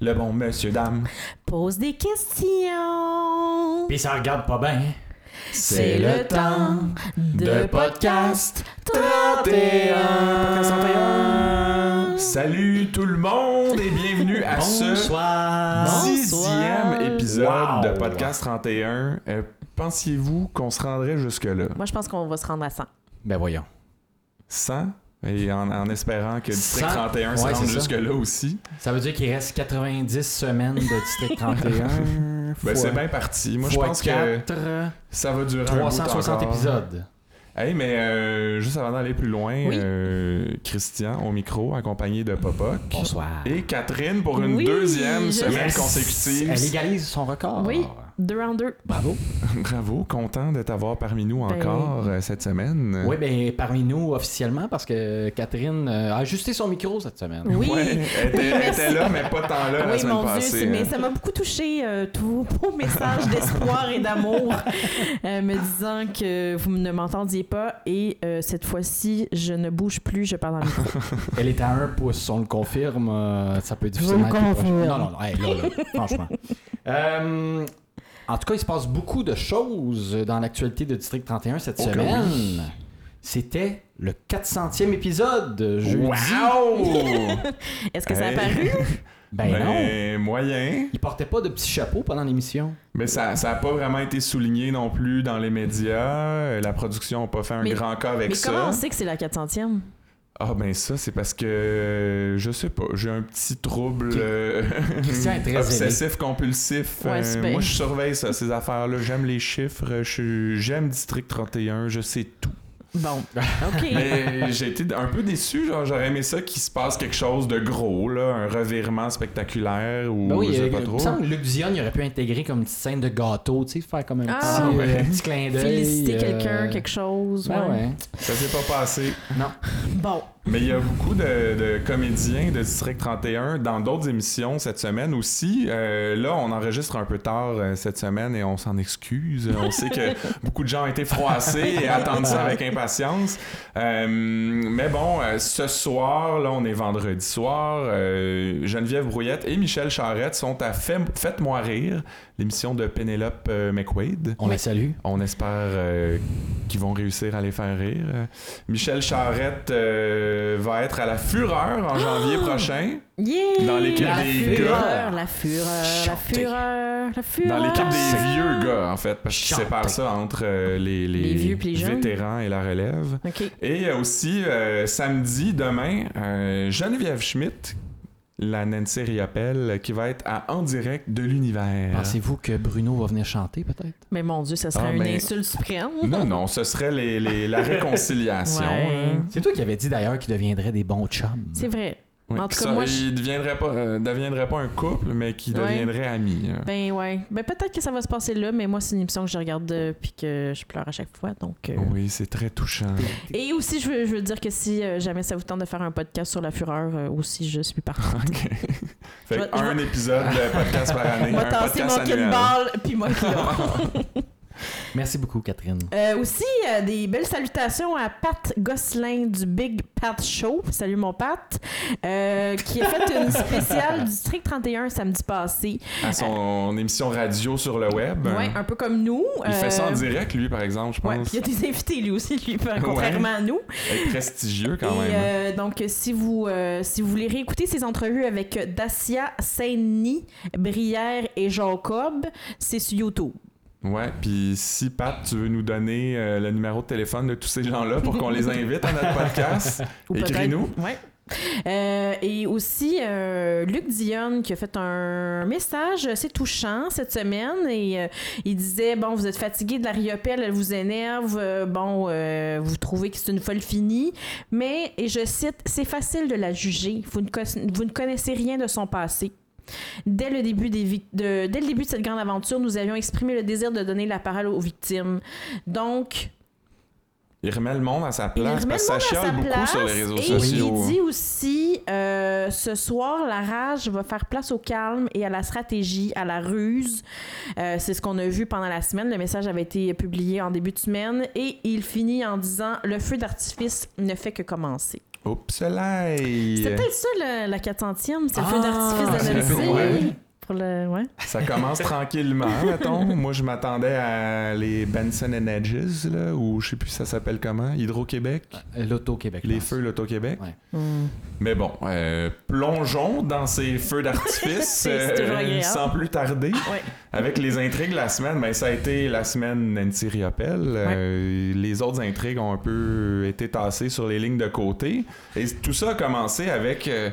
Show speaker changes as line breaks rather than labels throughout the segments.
le bon monsieur dame.
Pose des questions.
Puis ça regarde pas
hein.
bien.
C'est le temps de podcast 31.
Salut tout le monde et bienvenue à ce
Bonsoir.
dixième épisode
Wow.
de podcast 31. Euh, Pensiez-vous qu'on se rendrait jusque-là?
Moi, je pense qu'on va se rendre à 100.
Ben voyons.
100? Et en, en espérant que le district
100?
31 se
Ouais,
rende
c'est ça.
jusque-là aussi.
Ça veut dire qu'il reste 90 semaines de District 31.
Ben,
fois-
c'est bien parti. Moi, je
fois
pense que
quatre,
ça va durer un bout
360
encore.
épisodes.
Hey, mais euh, juste avant d'aller plus loin,
Oui.
euh, Christian au micro, accompagné de Popoc.
Bonsoir.
Et Catherine pour une
Oui,
deuxième
je-
semaine
Yes.
consécutive.
Elle égalise son record.
Oui, deux en deux.
Bravo.
Bravo, content de t'avoir parmi nous
Ben-
encore euh, cette semaine.
Oui, ben parmi nous officiellement parce que Catherine euh, a ajusté son micro cette semaine.
Oui.
Ouais, elle était, elle était là, mais pas tant là la
oui,
semaine
mon Dieu,
passée.
c'est- mais
hein.
ça m'a beaucoup touché, euh, tous vos messages d'espoir et d'amour, euh, me disant que vous ne m'entendiez pas et euh, cette fois-ci, je ne bouge plus, je parle en micro.
Elle est à un pouce, on le confirme. euh, ça peut difficilement.
le
être plus
confirme.
proche. Non, non, non. hey, là, là, franchement. Euh, en tout cas, il se passe beaucoup de choses dans l'actualité de District 31 cette
Oh que
semaine. C'était le 400e épisode de jeudi.
Wow!
Est-ce que ça a
Hey.
paru?
Ben, non.
Ben, moyen.
Il portait pas de petit chapeau pendant l'émission.
Mais ça n'a pas vraiment été souligné non plus dans les médias. Euh, La production n'a pas fait un
Mais-
grand cas avec
Mais
ça.
comment on sait que c'est la 400e?
Ah ben ça, c'est parce que euh, je sais pas, j'ai un petit trouble
Qui-
euh,
Christian est très
obsessif compulsif. Euh,
Ouais, c'est bien.
moi je surveille ça, ces affaires-là, j'aime les chiffres, je suis- j'aime District 31, je sais tout.
Bon, OK.
Mais j'ai été un peu déçu, genre j'aurais aimé ça qu'il se passe quelque chose de gros là, un revirement spectaculaire ou
Ben oui,
je sais
euh,
pas
il
trop.
me semble que Luc Dion il aurait pu intégrer comme une petite scène de gâteau, tu sais, faire comme un,
Ah,
petit,
ouais.
euh, un petit clin d'œil.
Féliciter
euh,
quelqu'un, quelque chose.
Ben
ouais.
ouais.
Ça s'est pas passé.
Non.
Bon,
Mais il y a beaucoup de, de comédiens de District 31 dans d'autres émissions cette semaine aussi. Euh, là, on enregistre un peu tard euh, cette semaine et on s'en excuse. On sait que beaucoup de gens ont été froissés et attendent ça avec impatience. Euh, mais bon, euh, ce soir, là, on est vendredi soir. euh, Geneviève Brouillette et Michel Charette sont à Fais- Faites-moi rire, l'émission de Pénélope euh, McQuaid.
On la salue.
On espère euh, qu'ils vont réussir à les faire rire. Euh, Michel Charette euh, va être à la Fureur en janvier
Ah!
prochain.
yeah!
Dans l'équipe
la
des
fureur,
gars.
La fureur, la
Chanter.
fureur, la fureur.
Dans l'équipe des vieux gars, en fait, parce qu'ils
Chanté.
séparent ça entre euh, les, les,
Les vieux pis les jeunes.
vétérans et la relève.
OK.
Et euh, aussi, euh, samedi, demain, euh, Geneviève Schmidt, la Nancy Riopelle, qui va être à En direct de l'univers.
Ah,
Pensez-vous que Bruno va venir chanter peut-être?
Mais mon Dieu, ça serait
Ah,
une
mais-
insulte suprême.
Non, non, ce serait les, les- la réconciliation. hein.
Ouais.
là.
C'est toi qui avais dit d'ailleurs qu'ils deviendraient des bons chums.
C'est vrai.
Oui.
En tout cas,
Ça,
moi, je-
ils ne deviendraient pas, euh, deviendraient pas un couple, mais qui
Ouais.
deviendraient amis. hein.
Ben ouais. Ben peut-être que ça va se passer là, mais moi, c'est une émission que je regarde euh, puis que je pleure à chaque fois. Donc, euh.
Oui, c'est très touchant.
Et aussi, je veux, je veux dire que si euh, jamais ça vous tente de faire un podcast sur la fureur, euh, aussi, je suis partant.
Ok. Fait
Je
que
vais- je
un épisode de podcast par année,
Moi,
un
tasser mon
podcast annuel.
kickball, puis moi, qui
Merci beaucoup, Catherine.
Euh, aussi, euh, des belles salutations à Pat Gosselin du Big Pat Show. Salut mon Pat. Euh, qui a fait une spéciale du District 31 samedi passé.
À son émission radio sur le web.
Ouais, un peu comme nous.
Ben. Il fait ça en
Euh,
direct, lui, par exemple, je
Ouais,
pense.
puis il y a des invités lui aussi, lui, contrairement à nous.
Elle est prestigieux quand
Et
même. hein.
euh, donc, si vous, euh, si vous voulez réécouter ces entrevues avec euh, Dacia, Saint-Denis, Brière et Jacob, c'est sur YouTube. euh,
Ouais, puis si Pat, tu veux nous donner euh, le numéro de téléphone de tous ces gens-là pour qu'on les invite à notre podcast,
Ou peut-être-
écris-nous.
Ouais. Euh, et aussi, euh, Luc Dionne qui a fait un message assez touchant cette semaine et euh, il disait Bon, vous êtes fatigué de la Riopelle, elle vous énerve, euh, bon, euh, vous trouvez que c'est une folle finie, mais, et je cite, c'est facile de la juger, vous ne, conna- vous ne connaissez rien de son passé. Dès le, début des vic- de, dès le début de cette grande aventure, nous avions exprimé le désir de donner la parole aux victimes. Donc,
Il remet le monde à sa
il
place
remet
parce
le
que ça
monde
chiale beaucoup
à sa place
sur les réseaux
et
sociaux.
Il dit aussi euh, ce soir, la rage va faire place au calme et à la stratégie, à la ruse. Euh, c'est ce qu'on a vu pendant la semaine. Le message avait été publié en début de semaine et il finit en disant le feu d'artifice ne fait que commencer.
Oups, soleil!
C'était peut-être ça la, la 400e, c'est le feu
Ah,
d'artifice
c'est-
d'Annecy.
ouais.
Pour le, ouais.
Ça commence tranquillement, mettons. Moi, je m'attendais à les Benson and Edges, là, ou je sais plus ça s'appelle comment, Hydro-Québec,
Euh, L'Auto-Québec.
les
je pense.
feux Loto-Québec.
Ouais.
Mais bon, euh, plongeons dans ces feux d'artifice euh,
C'est- c'est toujours agréable.
sans plus tarder.
Ouais.
Avec les intrigues de la semaine, ben, ça a été la semaine Nancy Riopelle. Euh, les autres intrigues ont un peu été tassées sur les lignes de côté. Et tout ça a commencé avec euh,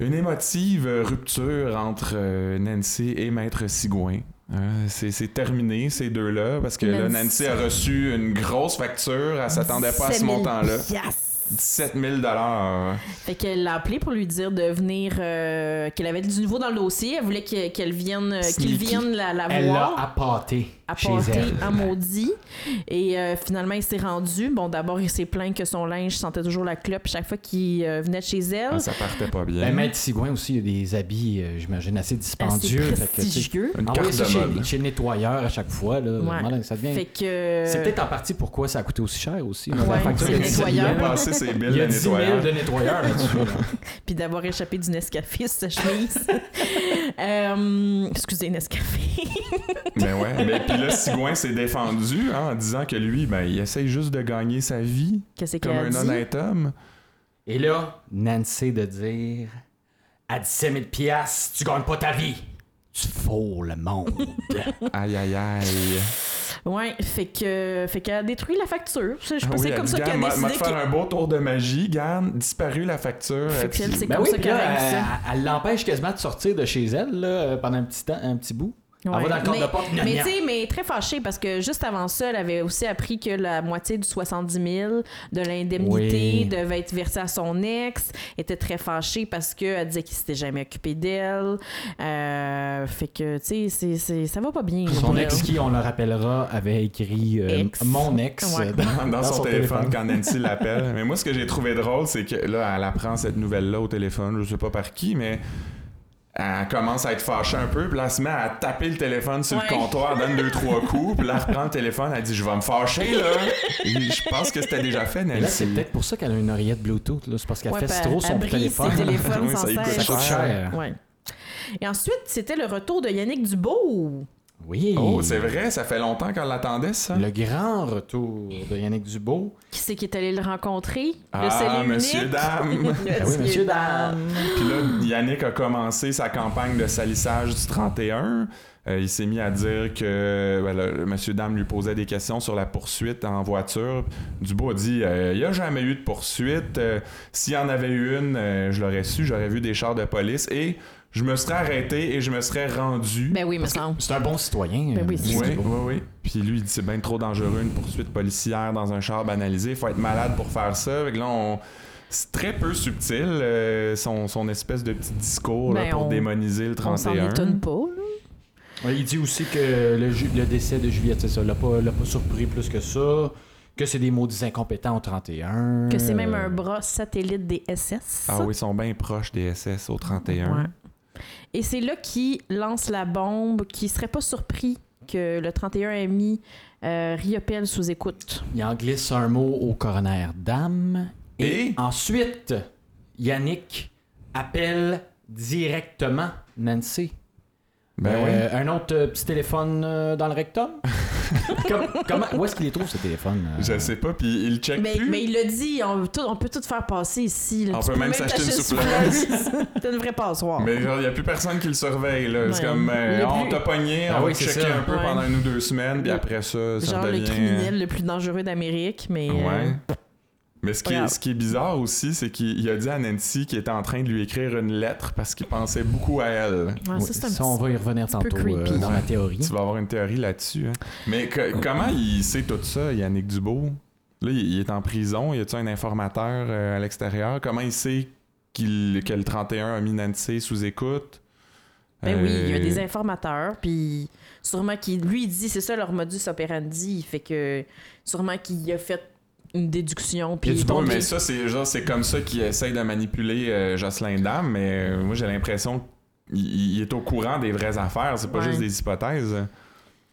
une émotive rupture entre euh, Nancy et Maître Sigouin. Hein, c'est c'est terminé, ces deux-là, parce que là,
Nancy.
Nancy a reçu une grosse facture. Elle s'attendait pas à ce
17 000
montant-là.
piastres.
17 000
Fait qu'elle l'a appelé pour lui dire de venir, euh, qu'elle avait du nouveau dans le dossier. Elle voulait que- qu'elle vienne, euh, qu'il
Sneaky.
vienne la, la
Elle l'a
voir.
appâté chez
apporté
elle.
à maudit. Et euh, finalement, il s'est rendu. Bon, d'abord, il s'est plaint que son linge sentait toujours la clope chaque fois qu'il euh, venait de chez elle.
Ah, ça partait pas bien.
Ben, Maître Sigouin aussi, il y a des habits, euh, j'imagine, assez
Assez
dispendieux. Fait que, tu sais,
prestigieux.
Une
envoyer
carte
ça
de
chez,
mode. hein.
chez le nettoyeur à chaque fois, là,
Ouais.
voilà, ça devient...
Fait que... euh,
C'est peut-être en partie pourquoi ça a coûté aussi cher aussi. là,
Ouais,
la facture
c'est
de
le
17 000.
nettoyeur.
Passer ses billes
Il y a
de
10 000
nettoyage.
de nettoyeur là-dessus. là.
puis d'avoir échappé du Nescafé sur sa chemise. Euh, excusez, Nescafé.
Ben ouais. Ben, puis là, Sigouin s'est défendu hein, en disant que lui, ben, il essaye juste de gagner sa vie
Qu'est-ce
comme
qu'elle a
un
dit?
honnête homme.
Et là, Nancy de dire à 17 000 piastres, tu gagnes pas ta vie. Tu fous le monde.
Aïe, aïe, aïe.
Ouais, fait que fait qu'elle a détruit la facture. C'est je
Ah
pense que
elle
c'est comme
dit,
ça qu'elle
Garde,
a
m'a- m'a
décidé
te faire
qu'il
un beau tour de magie, garde, disparu la facture.
Fait
euh,
que elle,
puis-
c'est
ben
comme
oui,
ça
puis
qu'elle
là,
a réussi.
elle, elle l'empêche quasiment de sortir de chez elle là, euh, pendant un petit temps, un petit bout.
Ouais.
Elle va dans le corps
mais,
de porte. gna,
Mais
gna.
tu sais, mais très fâchée parce que juste avant ça, elle avait aussi appris que la moitié du 70 000 de l'indemnité
Oui.
devait être versée à son ex. Elle était très fâchée parce qu'elle disait qu'il s'était jamais occupé d'elle. Euh, fait que, tu sais, c'est- c'est- ça va pas bien. là,
Son
pour
ex
elle.
qui, on le rappellera, avait écrit euh,
Ex.
mon ex
Ouais.
euh, dans,
dans,
dans
son, téléphone, quand Nancy l'appelle. Mais moi, ce que j'ai trouvé drôle, c'est que là, elle apprend cette nouvelle-là au téléphone, je sais pas par qui, mais elle commence à être fâchée un peu, puis là, elle se met à taper le téléphone sur
Ouais.
le comptoir, elle donne deux, trois coups, puis là, elle reprend le téléphone, elle dit « Je vais me fâcher, là! » Et Je pense que c'était déjà fait,
Et
Nancy.
là, c'est peut-être pour ça qu'elle a une oreillette Bluetooth. là. C'est parce qu'elle
Ouais,
fait
puis
trop
elle-
son
elle brise
téléphone.
ses téléphones
Oui,
sans
ça lui coûte
cesse.
cher.
Ouais. Et ensuite, c'était le retour de Yannick Dubourg.
Oui.
Oh, c'est vrai, ça fait longtemps qu'on l'attendait, ça.
Le grand retour de Yannick Dubo.
Qui c'est qui est allé le rencontrer? le
Ah,
cellule
monsieur,
unique?
dame!
Ben oui, monsieur, dame.
Puis là, Yannick a commencé sa campagne de salissage du 31. Euh, il s'est mis à dire que ben, le- le Monsieur Dame lui posait des questions sur la poursuite en voiture. Dubois a dit euh, Il n'y a jamais eu de poursuite. Euh, S'il y en avait eu une, euh, je l'aurais su, j'aurais vu des chars de police et je me serais arrêté et je me serais rendu.
Ben oui, me semble.
C'est un bon citoyen.
Ben oui,
euh,
c'est
Oui,
Yannick
oui,
Dubois.
oui. Puis lui, il dit c'est bien trop dangereux une poursuite policière dans un char banalisé. Faut être malade pour faire ça. Fait que là, on- C'est très peu subtil, euh, son, son espèce de petit discours là,
Ben,
pour
on-
démoniser le
On s'en
31.
étonne pas. là.
Ouais, Il dit aussi que le, ju- le décès de Juliette, c'est ça, l'a pas, l'a pas surpris plus que ça. Que c'est des maudits incompétents au 31.
Que c'est même
euh,
un bras satellite des SS.
Ah oui, ils sont bien proches des SS au 31.
Ouais. Et c'est là qu'il lance la bombe, qui serait pas surpris que le 31 ait mis euh, Riopelle sous écoute.
Il en glisse un mot au coroner dame. Et,
Et?
ensuite, Yannick appelle directement Nancy.
Ben
Euh, Un autre euh, petit téléphone euh, dans le rectum. Comme- comment, où est-ce qu'il les trouve, ce téléphone? euh?
oui. Je sais pas, puis il check
Mais,
Ben, plus.
mais il le dit, on, tout- on peut tout faire passer ici. là.
On
Tu
peut
peux
même s'acheter une
t'acheter souffleuse. T'as une vraie passoire.
Mais genre, il n'y a plus personne qui le surveille. là. C'est
Ouais.
comme, euh,
Les
on
plus-
t'a pogné,
Ben
on
oui,
va te
c'est
checker
ça.
un peu
Ouais.
pendant une ou deux semaines, puis
Le-
après ça, ça
Genre le
devient...
criminel le plus dangereux d'Amérique, mais... euh,
Ouais. Mais ce qui,
Regarde.
est, ce qui est bizarre aussi, c'est qu'il il a dit à Nancy qu'il était en train de lui écrire une lettre parce qu'il pensait beaucoup à elle.
ouais, Ah, ça, c'est un
ça,
petit-
on va y revenir
peu
tantôt euh,
creepy.
dans ma théorie.
Tu vas avoir une théorie là-dessus. hein. Mais que- comment il sait tout ça, Yannick Dubois? Là, il, il est en prison. Y a-tu un informateur euh, à l'extérieur? Comment il sait qu'il que le 31 a mis Nancy sous écoute?
Ben oui, il y a
Euh,
des informateurs, puis sûrement qu'il lui il dit, c'est ça leur modus operandi, fait que sûrement qu'il a fait une déduction, puis
Il y a du
est
Ouais,
bon,
tombé.
mais ça, c'est genre, c'est comme ça qu'il essaye de manipuler euh, Jocelyn Dame, mais euh, moi, j'ai l'impression qu'il il est au courant des vraies affaires. C'est pas
Ouais.
juste des hypothèses.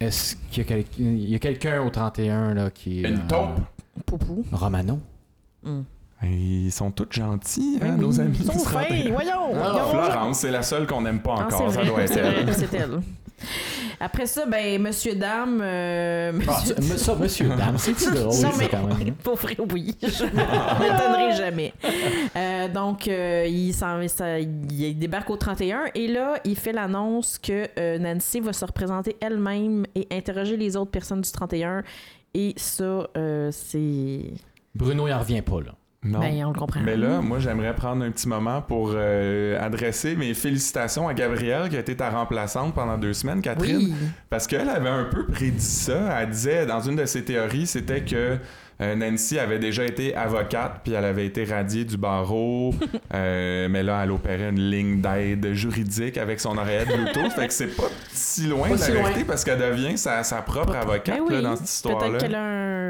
Est-ce qu'il y a, quelqu'un- il y a quelqu'un au 31 là, qui est.
Une
euh,
taupe?
Poupou.
Romano.
Mm.
Ils sont tous gentils, hein, nos amis.
Ils sont
du Grand
fins,
Théâtre.
voyons! voyons.
Florence, c'est la seule qu'on n'aime pas
Ah,
encore.
c'est
Ça
vrai,
doit être
c'est
elle.
vrai, c'est elle. Après ça, ben, Monsieur Dame. euh,
Ah,
monsieur-
ça, ça, monsieur, dame, c'est drôle,
Non,
ça,
mais-
quand même.
Pour vrai, oui. Je m'étonnerai jamais. Euh, donc, euh, il, s'en- ça- il débarque au 31 et là, il fait l'annonce que euh, Nancy va se représenter elle-même et interroger les autres personnes du 31. Et ça, euh, c'est.
Bruno, il en revient pas, là.
Non.
Ben, on le comprend.
Mais là, moi, j'aimerais prendre un petit moment pour euh, adresser mes félicitations à Gabrielle, qui a été ta remplaçante pendant deux semaines, Catherine.
oui.
Parce qu'elle avait un peu prédit ça. Elle disait, dans une de ses théories, c'était que euh, Nancy avait déjà été avocate, puis elle avait été radiée du barreau. Euh, mais là, elle opérait une ligne d'aide juridique avec son oreillette Bluetooth. fait que c'est pas si loin
Pas
de la
si loin.
vérité, parce qu'elle devient sa, sa propre avocate
Ben
là,
oui.
dans cette
Peut-être
histoire-là.
qu'elle a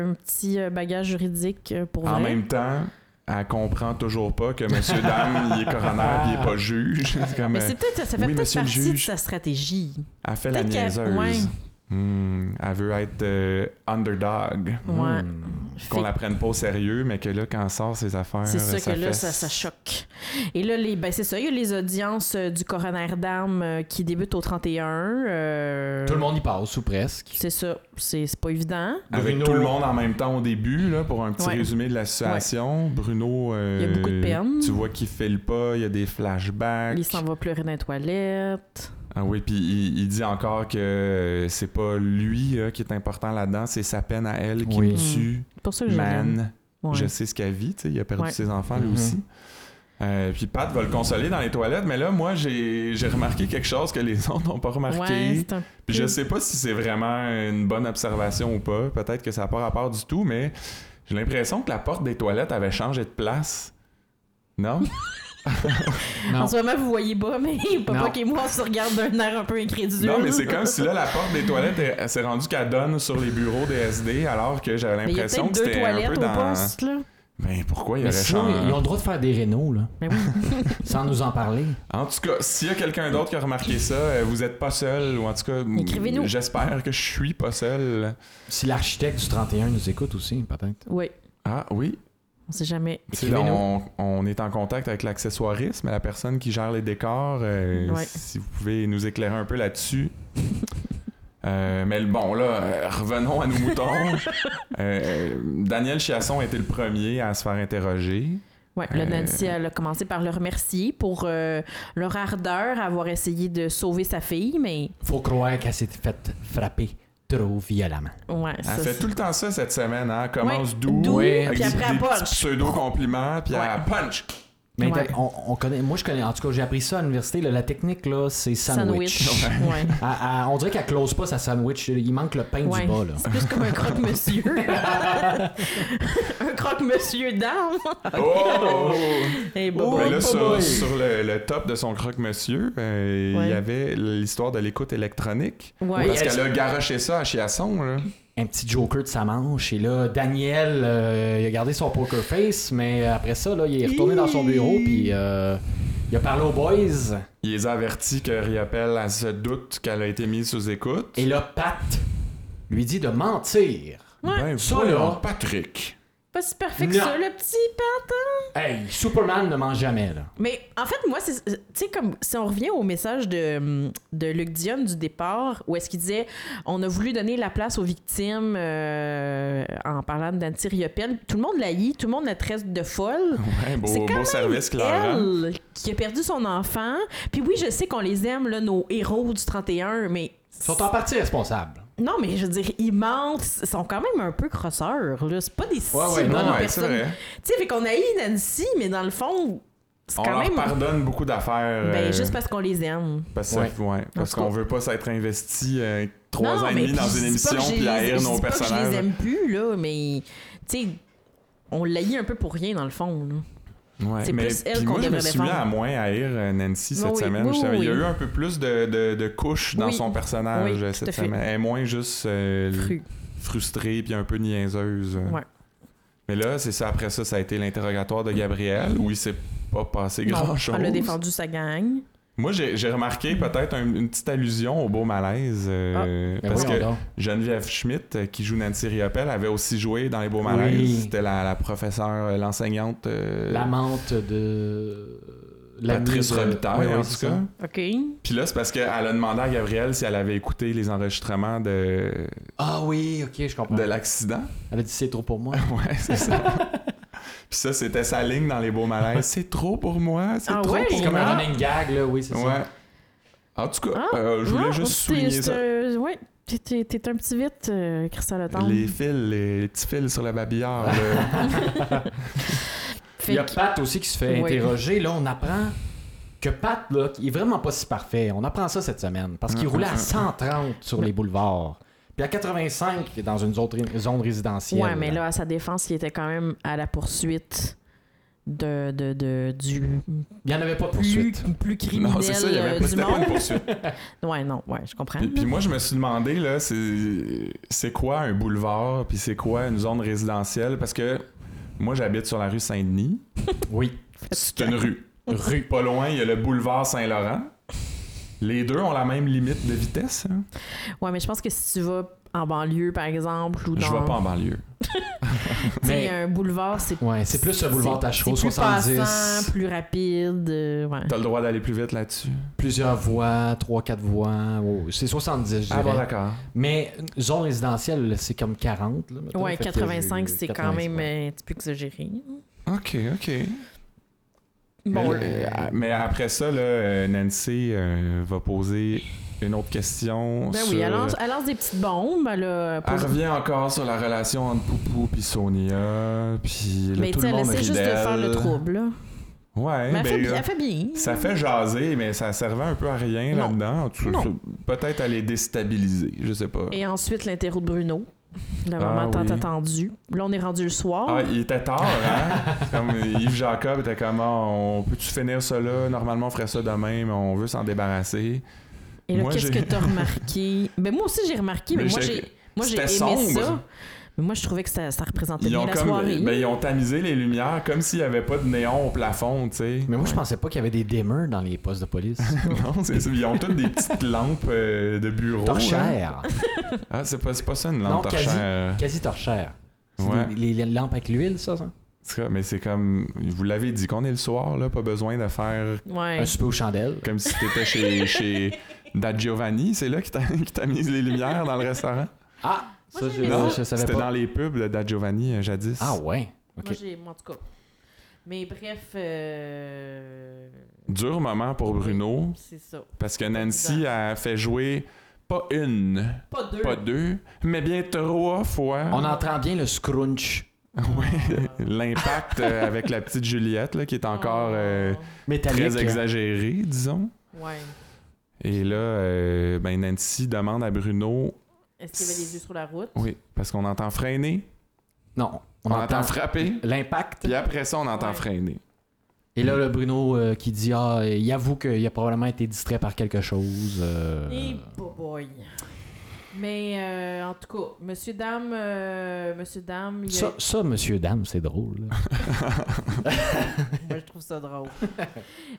un petit euh, bagage juridique euh, pour
En
vrai.
même temps, elle comprend toujours pas que Monsieur Dame, il est coroner, puis il est pas juge. C'est comme,
Ah. Mais
euh,
c'est peut-être, ça fait
oui,
peut-être
monsieur le
partie de
juge.
sa stratégie.
elle fait la
peut-être qu'elle-
niaiseuse.
ouais.
Hmm, elle veut être euh, underdog.
Ouais.
Hmm.
Fait
Qu'on la prenne pas au sérieux, mais que là, quand elle sort ses affaires, euh,
C'est ça que là,
fait-
ça, ça choque. Et là, les, ben, c'est ça, il y a les audiences euh, du coroner d'armes euh, qui débutent au 31. euh,
Tout le monde y passe, ou presque.
C'est ça, c'est, c'est pas évident.
Avec
Bruno-
tout le monde en même temps au début, là, pour un petit
Ouais.
résumé de la situation, Bruno, euh,
Il y a beaucoup de peine.
tu vois qu'il file pas, il y a des flashbacks.
Il s'en va pleurer dans les toilettes.
Ah oui, puis il, il dit encore que euh, c'est pas lui là, qui est important là-dedans, c'est sa peine à elle qui me
Oui.
tue.
C'est pour ça que Mmh. je l'aime.
Man,
Ouais.
je sais ce qu'elle vit, tu sais, il a perdu
Ouais.
ses enfants lui
Mhm.
aussi. Euh, puis Pat va le consoler dans les toilettes, mais là, moi, j'ai j'ai remarqué quelque chose que les autres n'ont pas remarqué.
Ouais, c'est un
Puis Je sais pas si c'est vraiment une bonne observation ou pas. Peut-être que ça n'a pas rapport du tout, mais j'ai l'impression que la porte des toilettes avait changé de place. Non?
Non.
En ce moment, vous voyez pas, mais papa
Non.
et moi, on se regarde d'un air un peu incrédule.
non, mais c'est comme si là, la porte des toilettes elle s'est rendue qu'elle donne sur les bureaux des SD, alors que j'avais
Mais il y a
l'impression
peut-être
que
deux
c'était un
toilettes
peu
au
dans...
poste, là.
Ben pourquoi il
Mais
aurait
sinon, ils
changé?
ont le droit de faire des rénaux, là.
Mais oui.
Sans nous en parler.
En tout cas, s'il y a quelqu'un d'autre qui a remarqué ça, euh, vous êtes pas seul, ou en tout cas, m-
Écrivez-nous.
j'espère que je suis pas seul.
Si l'architecte du 31 nous écoute aussi, peut-être.
Oui,
Ah oui,
on sait jamais.
Tu sais,
Écrivez-nous.
on, on est en contact avec l'accessoirisme, la personne qui gère les décors. euh,
Ouais.
Si vous pouvez nous écairer un peu là-dessus. Euh, mais le- bon, là, euh, revenons à nos moutons. Euh, Daniel Chiasson a été le premier à se faire interroger.
Ouais, là,
Euh,
Nancy, elle a commencé par le remercier pour euh, leur ardeur à avoir essayé de sauver sa fille, mais
Faut croire qu'elle s'est faite frapper trop violemment.
ouais,
Elle
ça,
fait
c'est-
tout le temps ça cette semaine. Hein? Elle commence
Ouais,
doux,
doux,
avec
puis
des,
après,
des
elle punch.
petits pseudo-compliments, puis elle punch.
Mais
Ouais.
on, on connaît, moi je connais, en tout cas j'ai appris ça à l'université, là, la technique là, c'est sandwich.
Sandwich. Ouais.
Elle- elle- on dirait qu'elle close pas sa sandwich, il manque le pain
Ouais.
du bas là.
C'est plus comme un croque-monsieur. un croque-monsieur d'âme.
Oh!
Et bon,
Oh,
Ben là,
boy,
sur,
boy.
sur le, le top de son croque-monsieur, euh, il
Ouais.
y avait l'histoire de l'écoute électronique.
Ouais.
Parce
Oui,
qu'elle a garoché ça à Chiasson, là.
Un petit joker de sa manche et là Daniel euh, il a gardé son poker face mais après ça là, il est retourné dans son bureau puis euh, il a parlé aux boys
Il les a avertis que Riappel elle se doute qu'elle a été mise sous écoute.
et là Pat lui dit de mentir.
Ben,
Ça,
voyons,
là.
Patrick.
Pas si parfait que
Non.
ça, le petit pâte.
Hey, Superman ne ment jamais là.
Mais en fait, moi, c'est. Tu sais, comme si on revient au message de, de Luc Dion du départ, où est-ce qu'il disait on a voulu donner la place aux victimes euh, en parlant d'Anti Riopelle. Tout le monde la hie, tout le monde la traite de folle.
Ouais,
C'est
beau,
quand
beau service, Clara.
elle qui a perdu son enfant. Puis oui, je sais qu'on les aime, là, nos héros du 31, mais.
Ils sont en partie responsables.
Non, mais je veux dire, ils mentent. Ils sont quand même un peu crosseurs, là. C'est pas des si
ouais,
bonnes
non,
ouais, c'est
personnes.
vrai.
Tu sais, fait qu'on haït Nancy, mais dans le fond, c'est
On
quand
leur
même...
pardonne beaucoup d'affaires. euh,
Ben, juste parce qu'on les aime.
parce que-
Ouais.
ouais, parce
tout cas.
qu'on veut pas s'être investi euh, trois
Non,
ans et
mais
demi
puis
dans
je
une
dis pas
émission
que je
puis
les-
haïr
je
nos
dis pas que Je les
personnages.
aime plus, là, mais... Tu sais, on l'haït un peu pour rien, dans le fond, là.
Ouais,
C'est
mais
plus elle
puis
qu'on
moi, je me
devrait
suis mis
défendre.
à moins haïr euh, Nancy
Oui,
cette
oui,
semaine.
oui,
Je savais- Il y a
oui.
eu un peu plus de, de- de couches dans
Oui.
son personnage
Oui,
euh,
tout à
cette
fait.
semaine. Elle est moins juste euh,
Cru.
frustrée puis un peu niaiseuse.
Ouais.
Mais là, c'est ça. Après ça, ça a été l'interrogatoire de Gabriel où il s'est pas passé
Non,
grand-chose.
Elle a défendu sa gang.
Moi, j'ai j'ai remarqué peut-être un- une petite allusion au beau malaise.
Ah,
euh,
Mais
parce
voyons
que
donc.
Geneviève Schmidt, euh, qui joue Nancy Riopelle, avait aussi joué dans les beaux malaises.
Oui.
C'était la, la professeure, euh, l'enseignante. euh,
L'amante de.
Patrice Robitaille, en tout cas.
OK.
Puis là, c'est parce qu'elle a demandé à Gabriel si elle avait écouté les enregistrements de,
Ah oui, ok, je comprends.
de l'accident.
Elle a dit c'est trop pour moi.
Ouais, c'est ça. Puis ça, c'était sa ligne dans les beaux malaises. C'est trop pour moi, c'est
Ah
trop
ouais?
pour
C'est comme un
moi.
running gag, là, oui, c'est
Ouais. En tout cas,
Ah,
euh, je voulais
non,
juste
c'est-
souligner
c'est
ça.
un- ouais, t'es- t'es t'es un petit vite, euh, Christian Letang.
Les fils, les, les petits fils sur la euh, babillard. là.
ça. Il y a Pat aussi qui se fait
Oui.
interroger. Là, on apprend que Pat, là, il est vraiment pas si parfait. On apprend ça cette semaine. Parce qu'il
Hum,
roulait
hum,
à
hum.
130 sur les boulevards. Puis à 85 dans une zone ré- zone résidentielle.
Ouais, mais là, à sa défense, il était quand même à la poursuite de, de, de- du
Il n'y en avait pas de
plus,
poursuite.
plus criminel
non, c'est ça, il y
euh,
avait
du
c'était pas une
monde.
poursuite.
Ouais, non, ouais, je comprends.
Puis, puis moi, je me suis demandé, là, c'est c'est quoi un boulevard, puis c'est quoi une zone résidentielle, parce que moi, j'habite sur la rue Saint-Denis.
Oui.
C'est une rue. rue. Pas loin, il y a le boulevard Saint-Laurent. Les deux ont la même limite de vitesse. hein.
Ouais, mais je pense que si tu vas en banlieue, par exemple, ou dans
Je vais pas en banlieue.
tu sais,
Mais-
un boulevard, c'est
Ouais, c'est plus le boulevard Tachereau,
c'est plus
70.
passant, plus rapide. euh, ouais.
T'as le droit d'aller plus vite là-dessus.
Plusieurs voies, 3-4 voies. Oh, c'est 70, je
Ah bon,
dirais.
d'accord.
Mais une zone résidentielle, c'est comme 40. Là, mettons.
Ouais,
Fait que
85,
j'ai-
c'est quand
80,
même
ouais.
euh, un petit peu exagéré.
OK, OK.
Bon,
mais, euh, mais après ça, là, euh, Nancy euh, va poser une autre question.
ben
sur... euh,
oui, elle lance, elle lance des petites bombes, elle a
Elle
posé-
revient encore sur la relation entre Poupou puis Sonia, puis là,
Mais
tout
tu
le
sais, elle
monde
essaie
rit
juste de
d'elle.
faire le trouble. là.
Ouais,
mais elle,
ben,
fait, bi-
là,
elle fait bien.
ça fait jaser, mais ça servait un peu à rien
Non.
là-dedans. En tout cas,
Non.
c'est- Peut-être à les déstabiliser, je sais pas.
Et ensuite, l'interro de Bruno. Le
Ah
moment tant
oui.
attendu. Là, on est rendu le soir.
Ah, il était tard, hein? C'est comme Yves Jacob était comme, Ah, on peut-tu finir ça là? Normalement, on ferait ça demain, mais on veut s'en débarrasser.
Et là,
Moi,
qu'est-ce
j'ai-
que t'as remarqué? Ben, moi aussi, j'ai remarqué, mais,
Mais
moi,
j'ai-
j'ai, moi, j'ai aimé
c'était sombre.
ça. Mais moi, je trouvais que ça, ça représentait
Ils
bien
ont,
la
comme,
soirée.
ben, ils ont tamisé les lumières comme s'il n'y avait pas de néon au plafond, tu sais.
Mais moi, je pensais pas qu'il y avait des dimmers dans les postes de police.
non, c'est ça. Ils ont toutes des petites lampes euh, de bureau. là.
Torchère.
Ah, c'est pas, c'est pas ça une
Non,
lampe
quasi.
torchère.
Quasi torchère. C'est
Ouais.
des- les, les lampes avec l'huile, ça, ça?
C'est ça, mais c'est comme. Vous l'avez dit, qu'on est le soir, là, pas besoin de faire
Ouais.
Un souper aux chandelles.
comme si t'étais chez, chez Da Giovanni. C'est là qui t'a qui t'a mis les lumières dans le restaurant.
Ah! Ça,
Moi,
je,
j'aimais
Non,
ça.
je savais
c'était
pas.
dans les pubs de Da Giovanni euh, jadis.
Ah ouais. Ok.
Moi, j'ai... Moi, en tout cas. Mais bref, euh,
Dur moment pour Bruno,
c'est ça.
parce que Nancy a fait jouer pas une,
Pas deux.
pas deux, mais bien trois fois.
On entend bien le scrunch
Ouais, L'impact euh, avec la petite Juliette, là, qui
Ah.
est encore euh,
Oh.
métallique.
très exagérée, disons.
Ouais.
Et là, euh, ben Nancy demande à Bruno,
Est-ce qu'il y avait les yeux sur la route?
oui, parce qu'on entend freiner,
Non,
on, entend frapper,
l'impact.
puis après ça, on entend
Ouais.
freiner.
Et là, le Bruno euh, qui dit Ah, il avoue qu'il a probablement été distrait par quelque chose. euh.
Et boy. Mais euh, en tout cas, monsieur, dame, euh, monsieur, dame, il y a-
Ça, ça, monsieur, dame, c'est drôle. là.
Moi, je trouve ça drôle.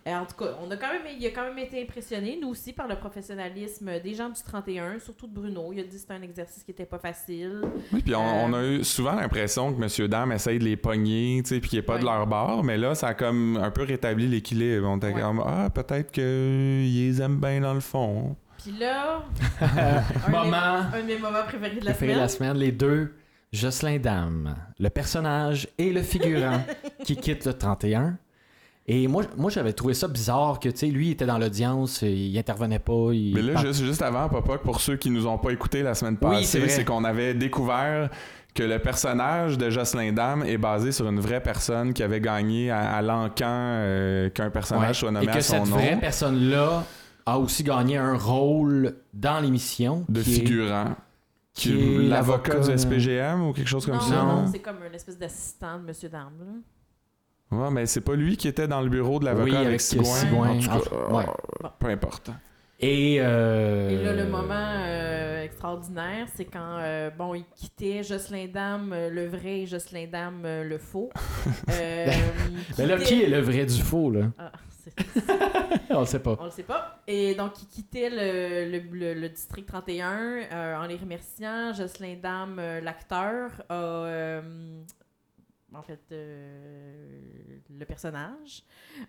Euh, en tout cas, on a quand même, il a quand même été impressionné, nous aussi, par le professionnalisme des gens du 31, surtout de Bruno. Il a dit que c'était un exercice qui n'était pas facile.
Oui, puis on,
Euh.
on a eu souvent l'impression que Monsieur Dame essaye de les pogner, tu sais, puis qu'il n'est pas de
Ouais.
leur bord, mais là, ça a comme un peu rétabli l'équilibre. On était
Ouais.
comme, ah, peut-être qu'ils les aiment bien dans le fond.
Puis là, un,
Moment.
Des, un de mes moments préférés de la
Préféré
semaine.
la semaine, les deux, Jocelyn Dame, le personnage et le figurant qui quitte le 31. Et moi, moi j'avais trouvé ça bizarre que, tu sais, lui, il était dans l'audience, et il intervenait pas. Il
Mais là,
par-
juste, juste avant, Popoc, pour ceux qui nous ont pas écoutés la semaine
Oui, c'est
passée,
vrai.
c'est qu'on avait découvert que le personnage de Jocelyn Dame est basé sur une vraie personne qui avait gagné à, à l'encan euh, qu'un personnage
Ouais.
soit
Et
nommé
que
à
cette
son nom
vraie personne-là a aussi gagné un rôle dans l'émission.
de
qui est-
figurant. Qui-
qui est
L'avocat du
l'avocat-
SPGM ou quelque chose comme
Non,
ça?
non,
non?
c'est comme une espèce d'assistant de monsieur dame. là.
Ouais, mais c'est pas lui qui était dans le bureau de l'avocat
Oui,
avec
avec
Sigouin.
Sigouin.
En tout cas,
Ah, ouais.
euh, peu importe.
Et, euh,
Et là, le moment euh, extraordinaire, c'est quand, euh, bon, il quittait Jocelyn Dame, euh, le vrai, et Jocelyn Dame, euh, le faux. Euh, il
Mais ben là,
quittait-
qui est le vrai du faux, là?
Ah, c'est-
On le sait pas.
On le sait pas. Et donc, il quittait le, le- le- le district 31 euh, en les remerciant. Jocelyn Dame, euh, l'acteur, a. euh, en fait, euh, le personnage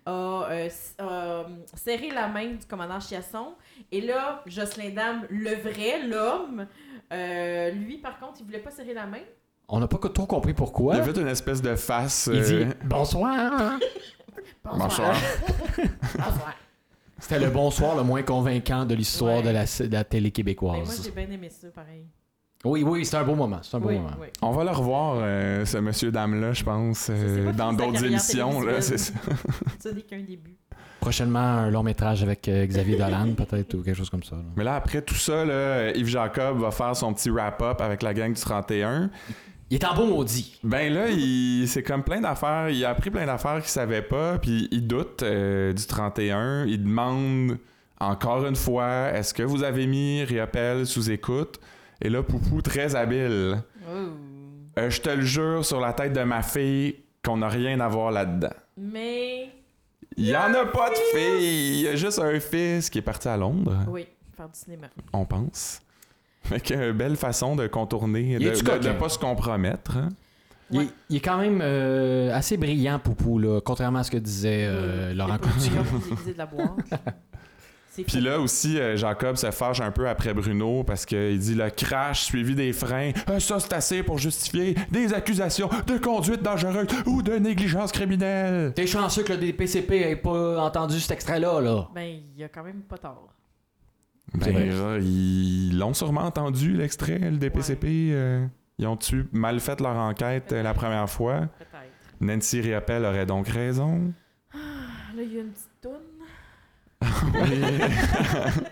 a, euh, s- a, euh, serré la main du commandant Chiasson. Et là, Jocelyn Dame, le vrai, l'homme, euh, lui, par contre, il voulait pas serrer la main.
On n'a pas trop compris pourquoi.
Il a fait une espèce de face.
Il dit
euh,
bonsoir.
Bonsoir.
Bonsoir.
C'était le bonsoir le moins convaincant de l'histoire
Ouais.
de, la, de la télé
Mais Ben, moi,
québécoise.
j'ai bien aimé ça, pareil.
oui, oui, c'est un beau moment. C'est un beau
Oui,
moment.
oui.
On va le revoir, euh, ce monsieur dame-là, je pense,
sais
euh, dans
pas si sa
d'autres
carrière
émissions. Là, c'est
télévisuelle.
ça.
Ça n'est qu'un début.
Prochainement, un long métrage avec euh, Xavier Dolan, peut-être, ou quelque chose comme ça. là.
Mais là, après tout ça, là, Yves Jacob va faire son petit wrap-up avec la gang du 31.
Il est en beau maudit.
Ben là, il, c'est comme plein d'affaires. Il a appris plein d'affaires qu'il savait pas, puis il doute euh, du 31. Il demande encore une fois est-ce que vous avez mis Riopelle sous écoute Et là, Poupou, très habile. Euh, je te le jure sur la tête de ma fille qu'on n'a rien à voir là-dedans.
Mais,
Il y en a pas de fille, il y a juste un fils qui est parti à Londres,
oui, faire du cinéma.
on pense. Mais qu'une belle façon de contourner,
Il
de
est-tu
de- de
coquin?
pas se compromettre. hein.
Il,
Ouais.
est- il est quand même euh, assez brillant, Poupou, là, contrairement à ce que disait euh,
Oui,
Laurent
c'est pas
Coutu.
le meilleur utilisé de la boîte. C'est
Puis
fou.
là aussi, euh, Jacob se fâche un peu après Bruno parce qu'il dit le crash suivi des freins. Euh, ça, c'est assez pour justifier des accusations de conduite dangereuse ou de négligence criminelle.
T'es chanceux que le DPCP ait pas entendu cet extrait-là, là.
Ben, il a quand même pas tort.
Ben,
C'est vrai.
là, ils l'ont sûrement entendu, l'extrait, le DPCP. euh, ils ont-tu mal fait leur enquête euh, la première fois?
Peut-être.
Nancy Riopelle aurait donc raison.
Ah, Là, il y a une petite toune.